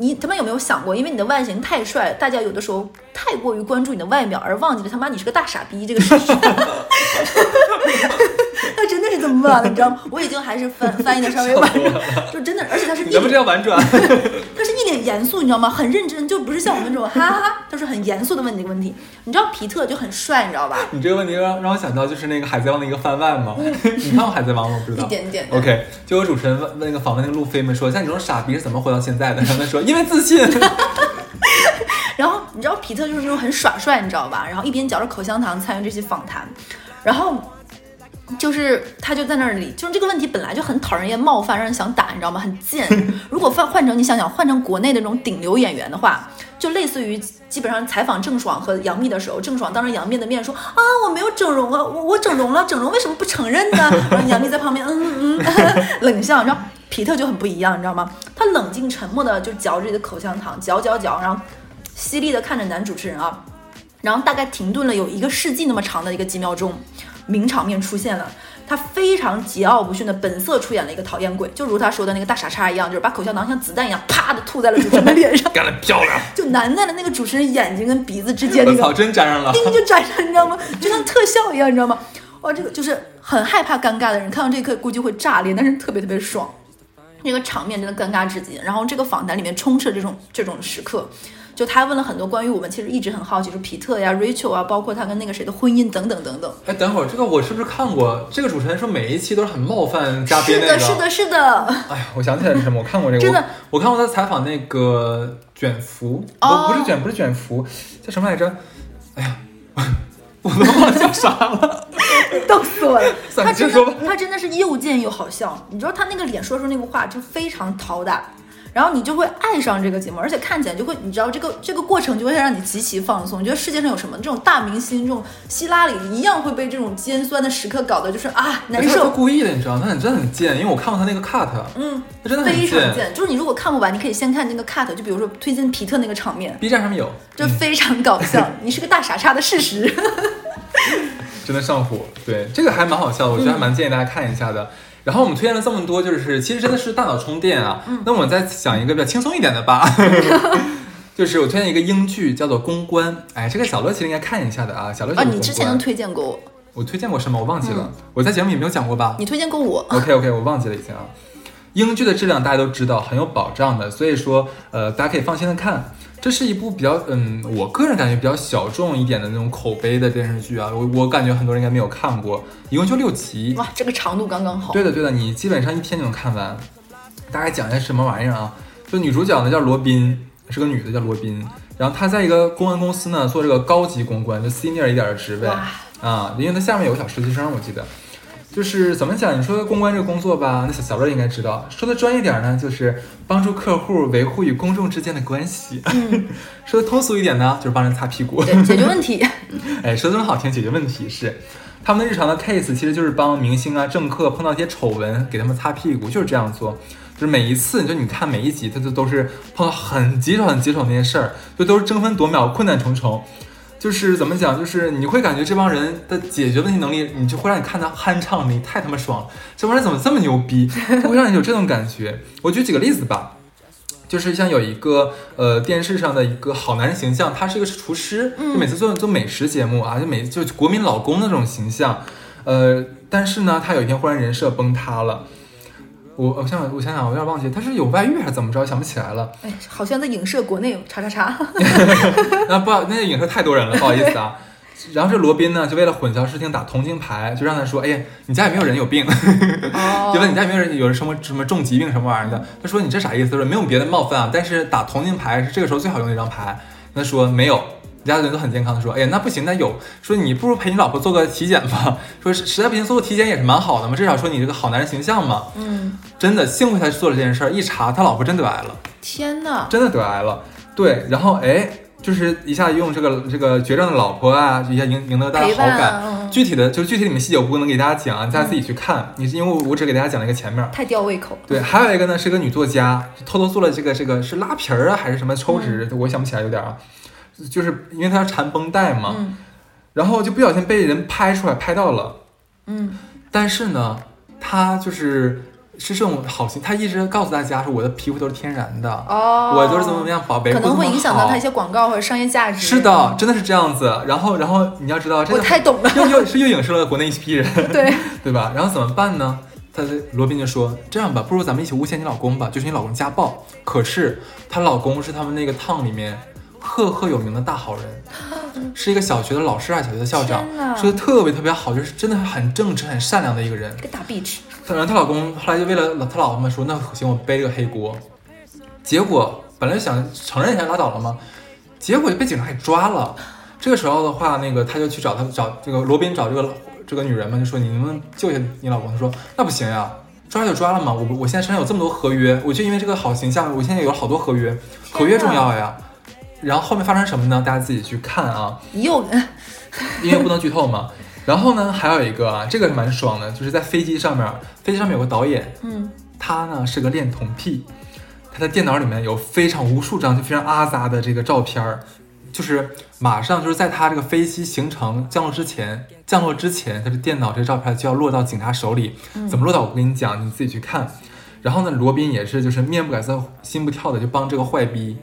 [SPEAKER 2] 你他妈有没有想过，因为你的外形太帅，大家有的时候太过于关注你的外表，而忘记了他妈你是个大傻逼这个事实。 [LAUGHS] 他真的是这么问的，你知道吗？我已经还是翻翻译的稍微婉
[SPEAKER 3] [LAUGHS]
[SPEAKER 2] 转，就真的，而且他是一
[SPEAKER 3] 你怎么
[SPEAKER 2] 脸
[SPEAKER 3] 这样婉转？
[SPEAKER 2] 他是一脸严肃，你知道吗？很认真，就不是像我们这种哈哈哈，他是很严肃的问你这个问题。你知道皮特就很帅，你知道吧？
[SPEAKER 3] 你这个问题让让我想到就是那个《海贼王》的一个番外嘛， [LAUGHS] 你看过《海贼王》吗？我不知道。
[SPEAKER 2] 嗯一点点
[SPEAKER 3] OK，就有主持人问那个访问那个路飞们说，像你这种傻逼是怎么活到现在的？然后 [LAUGHS] 他说因为自信。，
[SPEAKER 2] 然后你知道皮特就是那种很耍帅，你知道吧？然后一边嚼着口香糖参与这些访谈，然后就是他就在那里，就是这个问题本来就很讨人厌、冒犯，让人想打，你知道吗？很贱。如果换换成你想想，换成国内的那种顶流演员的话，就类似于基本上采访郑爽和杨幂的时候，郑爽当着杨幂的面说啊，我没有整容啊，我我整容了，整容为什么不承认呢？ [LAUGHS] 然后杨幂在旁边嗯嗯嗯 [LAUGHS] 冷笑，你知道。皮特就很不一样，你知道吗？他冷静沉默的就嚼着自己的口香糖，嚼嚼嚼，然后犀利的看着男主持人啊，然后大概停顿了有一个世纪那么长的一个几秒钟，名场面出现了。他非常桀骜不驯的本色出演了一个讨厌鬼，就如他说的那个大傻叉一样，就是把口香糖像子弹一样啪的吐在了主持人的脸上 [LAUGHS]
[SPEAKER 3] 干得漂亮！
[SPEAKER 2] 就难在了那个主持人眼睛跟鼻子之哎间那
[SPEAKER 3] 我操，
[SPEAKER 2] 个
[SPEAKER 3] 真粘上
[SPEAKER 2] [LAUGHS]
[SPEAKER 3] 了。
[SPEAKER 2] 叮就粘上，你知道吗？就像特效一样，你知道吗？哇，这个就是很害怕尴尬的人看到这一刻估计会炸裂，但是特别特别爽。那个场面真的尴尬至极。然后这个访谈里面充斥这种这种时刻，就他问了很多关于我们其实一直很好奇，说皮特呀、Rachel 啊，包括他跟那个谁的婚姻等等等等。
[SPEAKER 3] 哎，等会儿这个我是不是看过？这个主持人说每一期都是很冒犯嘉宾
[SPEAKER 2] 是
[SPEAKER 3] 那个。
[SPEAKER 2] 的，是的，是的。
[SPEAKER 3] 哎呀，我想起来是什么，我看过这个，
[SPEAKER 2] 真的
[SPEAKER 3] 我，我看过他采访那个卷福，不、
[SPEAKER 2] 哦
[SPEAKER 3] 不是卷，不是卷福，叫什么来着？哎呀，我我都忘了叫啥了。
[SPEAKER 2] [LAUGHS] 逗死我了！
[SPEAKER 3] [LAUGHS] 算了
[SPEAKER 2] 他真
[SPEAKER 3] 你先说吧
[SPEAKER 2] 的，他真的是又贱又好笑。你知道他那个脸说出那个话就非常讨打，然后你就会爱上这个节目，而且看起来就会，你知道这个这个过程就会让你极其放松。你觉得世界上有什么这种大明星，这种希拉里一样会被这种尖酸的时刻搞得就是啊难
[SPEAKER 3] 他他
[SPEAKER 2] 受。
[SPEAKER 3] 故意的，你知道吗？他很真的很贱，因为我看过他那个 cut，
[SPEAKER 2] 嗯，
[SPEAKER 3] 他真的很
[SPEAKER 2] 非常贱。就是你如果看不完，你可以先看那个 cut，就比如说推荐皮特那个场面，
[SPEAKER 3] B 站上面有，
[SPEAKER 2] 就非常搞笑。你是个大傻叉的事
[SPEAKER 3] [LAUGHS]
[SPEAKER 2] 实。
[SPEAKER 3] 真的上火。对，这个还蛮好笑
[SPEAKER 2] 嗯
[SPEAKER 3] 的，我觉得还蛮建议大家看一下的。然后我们推荐了这么多，就是其实真的是大脑充电啊。
[SPEAKER 2] 嗯
[SPEAKER 3] 那我们再想一个比较轻松一点的吧。 [LAUGHS] 就是我推荐一个英剧，叫做《公关》。哎，这个小乐其实应该看一下的啊。小乐
[SPEAKER 2] 啊，
[SPEAKER 3] 是
[SPEAKER 2] 你之前
[SPEAKER 3] 公
[SPEAKER 2] 都
[SPEAKER 3] 关
[SPEAKER 2] 推嗯荐过我，
[SPEAKER 3] 我推荐过什么？我忘记了，我在节目里没有讲过吧
[SPEAKER 2] 你推荐过我。
[SPEAKER 3] ？OK OK，我忘记了已经啊。英剧的质量大家都知道，很有保障的，所以说呃，大家可以放心的看。这是一部比较嗯，我个人感觉比较小众一点的那种口碑的电视剧啊，我我感觉很多人应该没有看过，一共就六集。
[SPEAKER 2] 哇，这个长度刚刚好。
[SPEAKER 3] 对的对的，你基本上一天就能看完。大概讲一下什么玩意儿啊？就女主角呢叫罗宾，是个女的叫罗宾，然后她在一个公关公司呢做这个高级公关，就 senior 一点的职位
[SPEAKER 2] 哇
[SPEAKER 3] 啊，因为她下面有个小实习生，我记得。就是怎么讲？你说公关这个工作吧，那小小乐应该知道。说的专业点儿呢，就是帮助客户维护与公众之间的关系；
[SPEAKER 2] 嗯
[SPEAKER 3] [LAUGHS] 说的通俗一点呢，就是帮人擦屁股。 [LAUGHS]
[SPEAKER 2] 对，解决问题。
[SPEAKER 3] 哎，说的这么好听，解决问题是他们的日常的 case，其实就是帮明星啊、政客碰到一些丑闻，给他们擦屁股，就是这样做。就是每一次，你就你看每一集，他就都是碰到很棘手、很棘手的那些事儿，就都是争分夺秒、困难重重。就是怎么讲，就是你会感觉这帮人的解决问题能力，你就会让你看他酣畅淋漓，太他妈爽了！这帮人怎么这么牛逼？就会让你有这种感觉。我举几个例子吧。就是像有一个呃电视上的一个好男人形象，他是一个厨师，就每次做做美食节目啊，就每就国民老公的这种形象，呃，但是呢，他有一天忽然人设崩塌了。我我想我想想，我有点忘记他是有外遇还是怎么着，想不起来了。
[SPEAKER 2] 哎，好像在影射国内叉叉叉。
[SPEAKER 3] [LAUGHS] 那不好，那影射太多人了，不好意思啊。然后这罗宾呢，就为了混淆视听，打同情牌，就让他说：“哎呀，你家有没有人有病？” [LAUGHS]
[SPEAKER 2] 哦
[SPEAKER 3] 就问你家有没有人有什么什么重疾病什么玩意儿的？他说你这啥意思？他说没有别的冒犯啊，但是打同情牌是这个时候最好用的一张牌。他说没有，你家人都很健康。他说哎呀那不行，那有。说你不如陪你老婆做个体检吧。说实实在不行做个体检也是蛮好的嘛，至少说你这个好男人形象嘛。
[SPEAKER 2] 嗯，
[SPEAKER 3] 真的，幸亏他做了这件事儿，一查他老婆真得癌了，
[SPEAKER 2] 天哪！
[SPEAKER 3] 真的得癌了。对，然后哎，就是一下用这个这个决战的老婆啊，一下赢赢得大家
[SPEAKER 2] 陪
[SPEAKER 3] 好
[SPEAKER 2] 伴
[SPEAKER 3] 感。
[SPEAKER 2] 啊嗯
[SPEAKER 3] 具体的就具体你们细节我不能给大家讲啊，大家自己去看。你是因为我只给大家讲了一个前面儿。
[SPEAKER 2] 太吊胃口了。
[SPEAKER 3] 对，还有一个呢是个女作家，偷偷做了这个这个是拉皮儿啊还是什么抽脂，我想不起来有点儿啊，就是因为她要缠绷带嘛，
[SPEAKER 2] 嗯
[SPEAKER 3] 然后就不小心被人拍出来拍到了，
[SPEAKER 2] 嗯
[SPEAKER 3] 但是呢，她就是是这种好心，她一直告诉大家说我的皮肤都是天然的，
[SPEAKER 2] 哦，
[SPEAKER 3] 我就是怎么怎么样保维
[SPEAKER 2] 可
[SPEAKER 3] 护得这
[SPEAKER 2] 能
[SPEAKER 3] 么
[SPEAKER 2] 会影响到
[SPEAKER 3] 好
[SPEAKER 2] 他一些广告或者商业价值。
[SPEAKER 3] 是的，真的是这样子。然后，然后你要知道，这
[SPEAKER 2] 我 [LAUGHS]
[SPEAKER 3] 个
[SPEAKER 2] 太懂了。
[SPEAKER 3] 又又是又影射了国内一批人，
[SPEAKER 2] 对，
[SPEAKER 3] 对吧？然后怎么办呢？他的罗宾就说：“这样吧，不如咱们一起诬陷你老公吧，就是你老公家暴。可是她老公是他们那个烫里面赫赫有名的大好人，
[SPEAKER 2] [LAUGHS]
[SPEAKER 3] 是一个小学的老师啊还是小学的校长
[SPEAKER 2] 天，哪
[SPEAKER 3] 说的特别特别好，就是真的很正直、很善良的一个人。
[SPEAKER 2] 一个大 bitch，
[SPEAKER 3] 然后她老公后来就为了她老婆们说，那行，我背这个黑锅。结果本来想承认一下拉倒了嘛，结果就被警察给抓了。这个时候的话，那个她就去找她找这个罗宾找这个这个女人嘛，就说你能不能救一下你老公？她说那不行呀，抓就抓了嘛，我我现在身上有这么多合约，我就因为这个好形象，我现在有好多合约，合约重要呀。然后后面发生什么呢？大家自己去看啊。
[SPEAKER 2] 又
[SPEAKER 3] 因为不能剧透嘛。然后呢，还有一个啊，这个是蛮爽的，就是在飞机上面，飞机上面有个导演，
[SPEAKER 2] 嗯
[SPEAKER 3] 他呢是个恋童癖，他的电脑里面有非常无数张就非常阿杂的这个照片儿，就是马上就是在他这个飞机行程降落之前，降落之前他的电脑这照片就要落到警察手里，怎么落到我跟你讲，你自己去看。然后呢，罗宾也是就是面不改色心不跳的就帮这个坏逼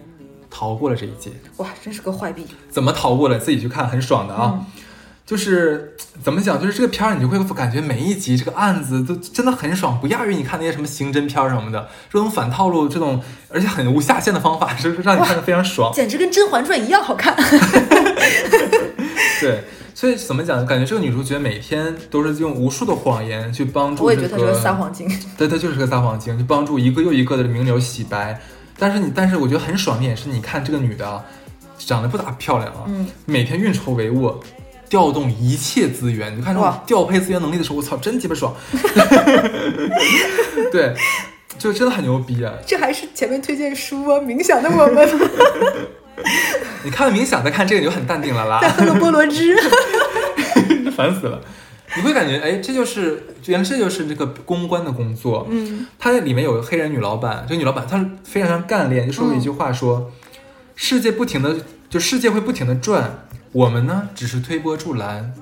[SPEAKER 3] 逃过了这一劫。
[SPEAKER 2] 哇，真是个坏逼。
[SPEAKER 3] 怎么逃过了，自己去看，很爽的啊。
[SPEAKER 2] 嗯
[SPEAKER 3] 就是怎么讲，就是这个片儿，你就会感觉每一集这个案子都真的很爽，不亚于你看那些什么刑侦片儿什么的，这种反套路，这种而且很无下限的方法，就是让你看的非常
[SPEAKER 2] [LAUGHS]
[SPEAKER 3] 爽。
[SPEAKER 2] 简直跟《甄嬛传》一样好看。
[SPEAKER 3] 嗯对，所以怎么讲，感觉这个女主角每天都是用无数的谎言去帮助、这
[SPEAKER 2] 我
[SPEAKER 3] 个。
[SPEAKER 2] 也觉得他是个撒谎精。
[SPEAKER 3] 对，他就是个撒谎精，就帮助一个又一个的名流洗白。但是你，但是我觉得很爽的点是，你看这个女的啊，长得不咋漂亮啊，
[SPEAKER 2] 嗯
[SPEAKER 3] 每天运筹帷幄，调动一切资源。你看这种
[SPEAKER 2] 哇
[SPEAKER 3] 调配资源能力的时候，我操，真鸡巴
[SPEAKER 2] [LAUGHS]
[SPEAKER 3] 爽。对，就真的很牛逼啊！
[SPEAKER 2] 这还是前面推荐书啊，《冥想的我们》
[SPEAKER 3] 你看了冥想再看这个，你就很淡定了啦。
[SPEAKER 2] 在喝了菠萝汁。
[SPEAKER 3] [LAUGHS] 烦死了。你会感觉，哎，这就是原来这就是这个公关的工作。
[SPEAKER 2] 嗯，
[SPEAKER 3] 它那里面有个黑人女老板，这个女老板她非常干练，就说过一句
[SPEAKER 2] 嗯
[SPEAKER 3] 话说：“世界不停的，就世界会不停的转，我们呢只是推波助澜。”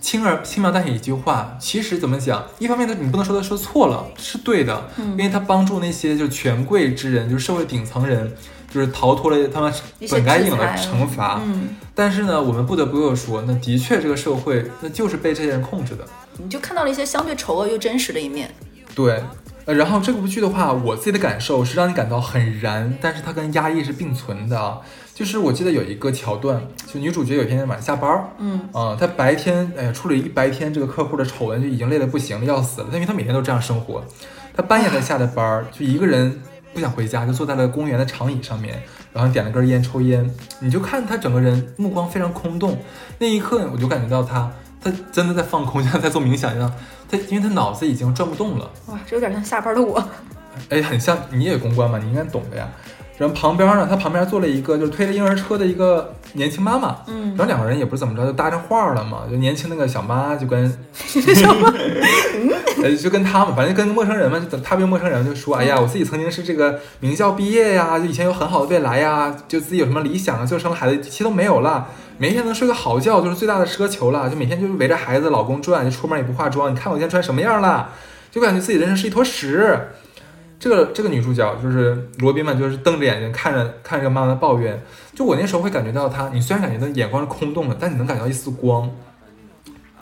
[SPEAKER 3] 轻而轻描淡写一句话，其实怎么讲？一方面，他你不能说他说错了，是对的，
[SPEAKER 2] 嗯
[SPEAKER 3] 因为他帮助那些就是权贵之人，就是社会顶层人，就是逃脱了他们
[SPEAKER 2] 一些
[SPEAKER 3] 本该
[SPEAKER 2] 制
[SPEAKER 3] 有的
[SPEAKER 2] 裁
[SPEAKER 3] 惩罚。
[SPEAKER 2] 嗯，
[SPEAKER 3] 但是呢，我们不得不又说，那的确这个社会那就是被这些人控制的。
[SPEAKER 2] 你就看到了一些相对丑恶又真实的一面。
[SPEAKER 3] 对，呃，然后这部剧的话，我自己的感受是让你感到很燃，但是它跟压抑是并存的啊。就是我记得有一个桥段，就女主角有一天晚上下班儿，
[SPEAKER 2] 嗯，
[SPEAKER 3] 啊、她白天哎呀处理一白天这个客户的丑闻就已经累得不行了，要死了。但因为她每天都这样生活，她半夜才下的班儿，就一个人不想回家，就坐在了公园的长椅上面，然后点了根烟抽烟。你就看她整个人目光非常空洞，那一刻我就感觉到她，她真的在放空， [LAUGHS] 像在做冥想一样。她因为她脑子已经转不动了。
[SPEAKER 2] 哇，这有点像下班的我。
[SPEAKER 3] 哎，很像你也公关嘛，你应该懂的呀。然后旁边呢，他旁边坐了一个就是推着婴儿车的一个年轻妈妈，
[SPEAKER 2] 嗯
[SPEAKER 3] 然后两个人也不是怎么着就搭上话了嘛，就年轻那个小妈就跟， [LAUGHS] 呃，就跟他们，反正跟陌生人嘛，就等他被陌生人就说，哎呀，我自己曾经是这个名校毕业呀，就以前有很好的未来呀，就自己有什么理想啊，就生了孩子其实都没有了，每天能睡个好觉就是最大的奢求了，就每天就是围着孩子老公转，就出门也不化妆，你看我今天穿什么样了，就感觉自己人生是一坨屎。这个这个女主角就是罗宾嘛，就是瞪着眼睛看着看着妈妈抱怨。就我那时候会感觉到她，你虽然感觉到眼光是空洞的，但你能感觉到一丝光。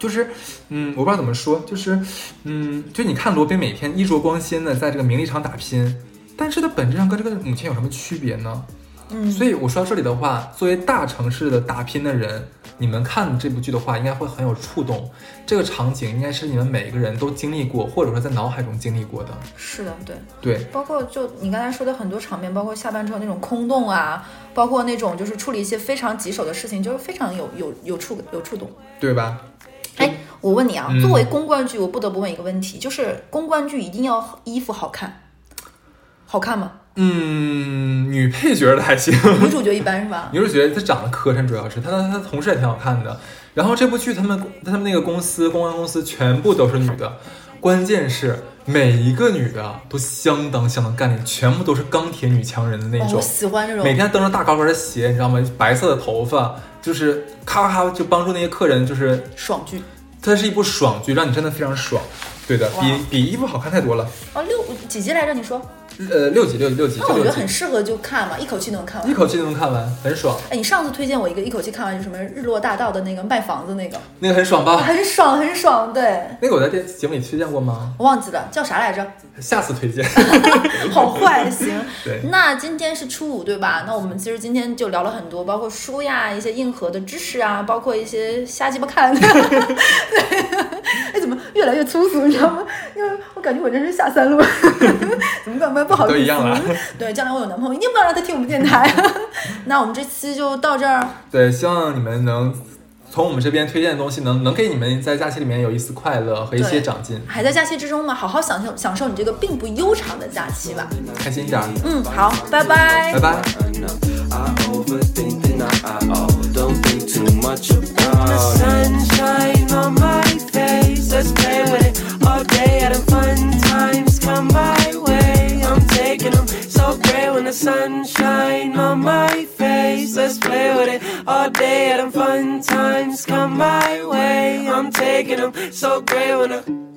[SPEAKER 3] 就是，嗯，我不知道怎么说，就是，嗯，就你看罗宾每天衣着光鲜的在这个名利场打拼，但是他本质上跟这个母亲有什么区别呢？
[SPEAKER 2] 嗯
[SPEAKER 3] 所以我说到这里的话，作为大城市的打拼的人，你们看这部剧的话，应该会很有触动。这个场景应该是你们每个人都经历过，或者说在脑海中经历过的。
[SPEAKER 2] 是的，对。
[SPEAKER 3] 对，
[SPEAKER 2] 包括就你刚才说的很多场面，包括下班之后那种空洞啊，包括那种就是处理一些非常棘手的事情，就是非常有有有触有触动。
[SPEAKER 3] 对吧？
[SPEAKER 2] 哎，我问你啊，
[SPEAKER 3] 嗯
[SPEAKER 2] 作为公关剧，我不得不问一个问题，就是公关剧一定要衣服好看，好看吗？
[SPEAKER 3] 嗯，女配角的还行， [LAUGHS]
[SPEAKER 2] 女主角一般是吧？
[SPEAKER 3] 女主角她长得磕碜，主要是她她她同事也挺好看的。然后这部剧他们他们那个公司公关公司全部都是女的，关键是每一个女的都相当相当干练，全部都是钢铁女强人的那
[SPEAKER 2] 哦，
[SPEAKER 3] 种
[SPEAKER 2] 我，喜欢这种
[SPEAKER 3] 每天蹬着大高跟鞋，你知道吗？白色的头发，就是咔咔就帮助那些客人，就是
[SPEAKER 2] 爽剧。
[SPEAKER 3] 它是一部爽剧，让你真的非常爽。对的，
[SPEAKER 2] 哇
[SPEAKER 3] 比比衣服好看太多了。
[SPEAKER 2] 哦，六几集来着？你说？
[SPEAKER 3] 呃，六集六集六集，
[SPEAKER 2] 那
[SPEAKER 3] 就
[SPEAKER 2] 我觉
[SPEAKER 3] 六
[SPEAKER 2] 得
[SPEAKER 3] 集
[SPEAKER 2] 很，适合就看嘛，一口气能看
[SPEAKER 3] 一
[SPEAKER 2] 完。
[SPEAKER 3] 口气就能看完，很爽，
[SPEAKER 2] 哎，你上次推荐我一个一口气看完，就什么日落大道的那个卖房子那个，
[SPEAKER 3] 那个很爽吧？
[SPEAKER 2] 很爽很爽。对，
[SPEAKER 3] 那个我在电节目里推荐过吗？
[SPEAKER 2] 我忘记了叫啥来着，
[SPEAKER 3] 下次推荐。 [LAUGHS]
[SPEAKER 2] 好坏行。
[SPEAKER 3] 对，
[SPEAKER 2] 那今天是初五，对吧？那我们其实今天就聊了很多，包括书呀、一些硬核的知识啊，包括一些瞎鸡巴
[SPEAKER 3] [LAUGHS]
[SPEAKER 2] 看。 [LAUGHS] 对，哎，怎么越来越粗俗，你知道吗？因为我感觉我这是下
[SPEAKER 3] [LAUGHS]
[SPEAKER 2] 三路，怎么办？不 [LAUGHS] 好意思，
[SPEAKER 3] 都一样了。
[SPEAKER 2] 对，将来我有男朋友，一定不要让他听我们电台。 [LAUGHS] 那我们这期就到这儿，
[SPEAKER 3] 对，希望你们能从我们这边推荐的东西能能给你们在假期里面有一丝快乐和一些
[SPEAKER 2] 对
[SPEAKER 3] 长进，
[SPEAKER 2] 还在假期之中嘛，好好享受享受你这个并不悠长的假期吧。
[SPEAKER 3] 开心一点儿，
[SPEAKER 2] 嗯，好，拜拜
[SPEAKER 3] 拜。拜。
[SPEAKER 4] I know I overthink, then I, I oh, don't think too much
[SPEAKER 1] The
[SPEAKER 4] about it.
[SPEAKER 1] sunshine on my face. Let's play with it all day. Having fun times come my way. I'm taking them so great when the sunshine on my face. Let's play with it all day. Having fun times come my way. I'm taking them so great when the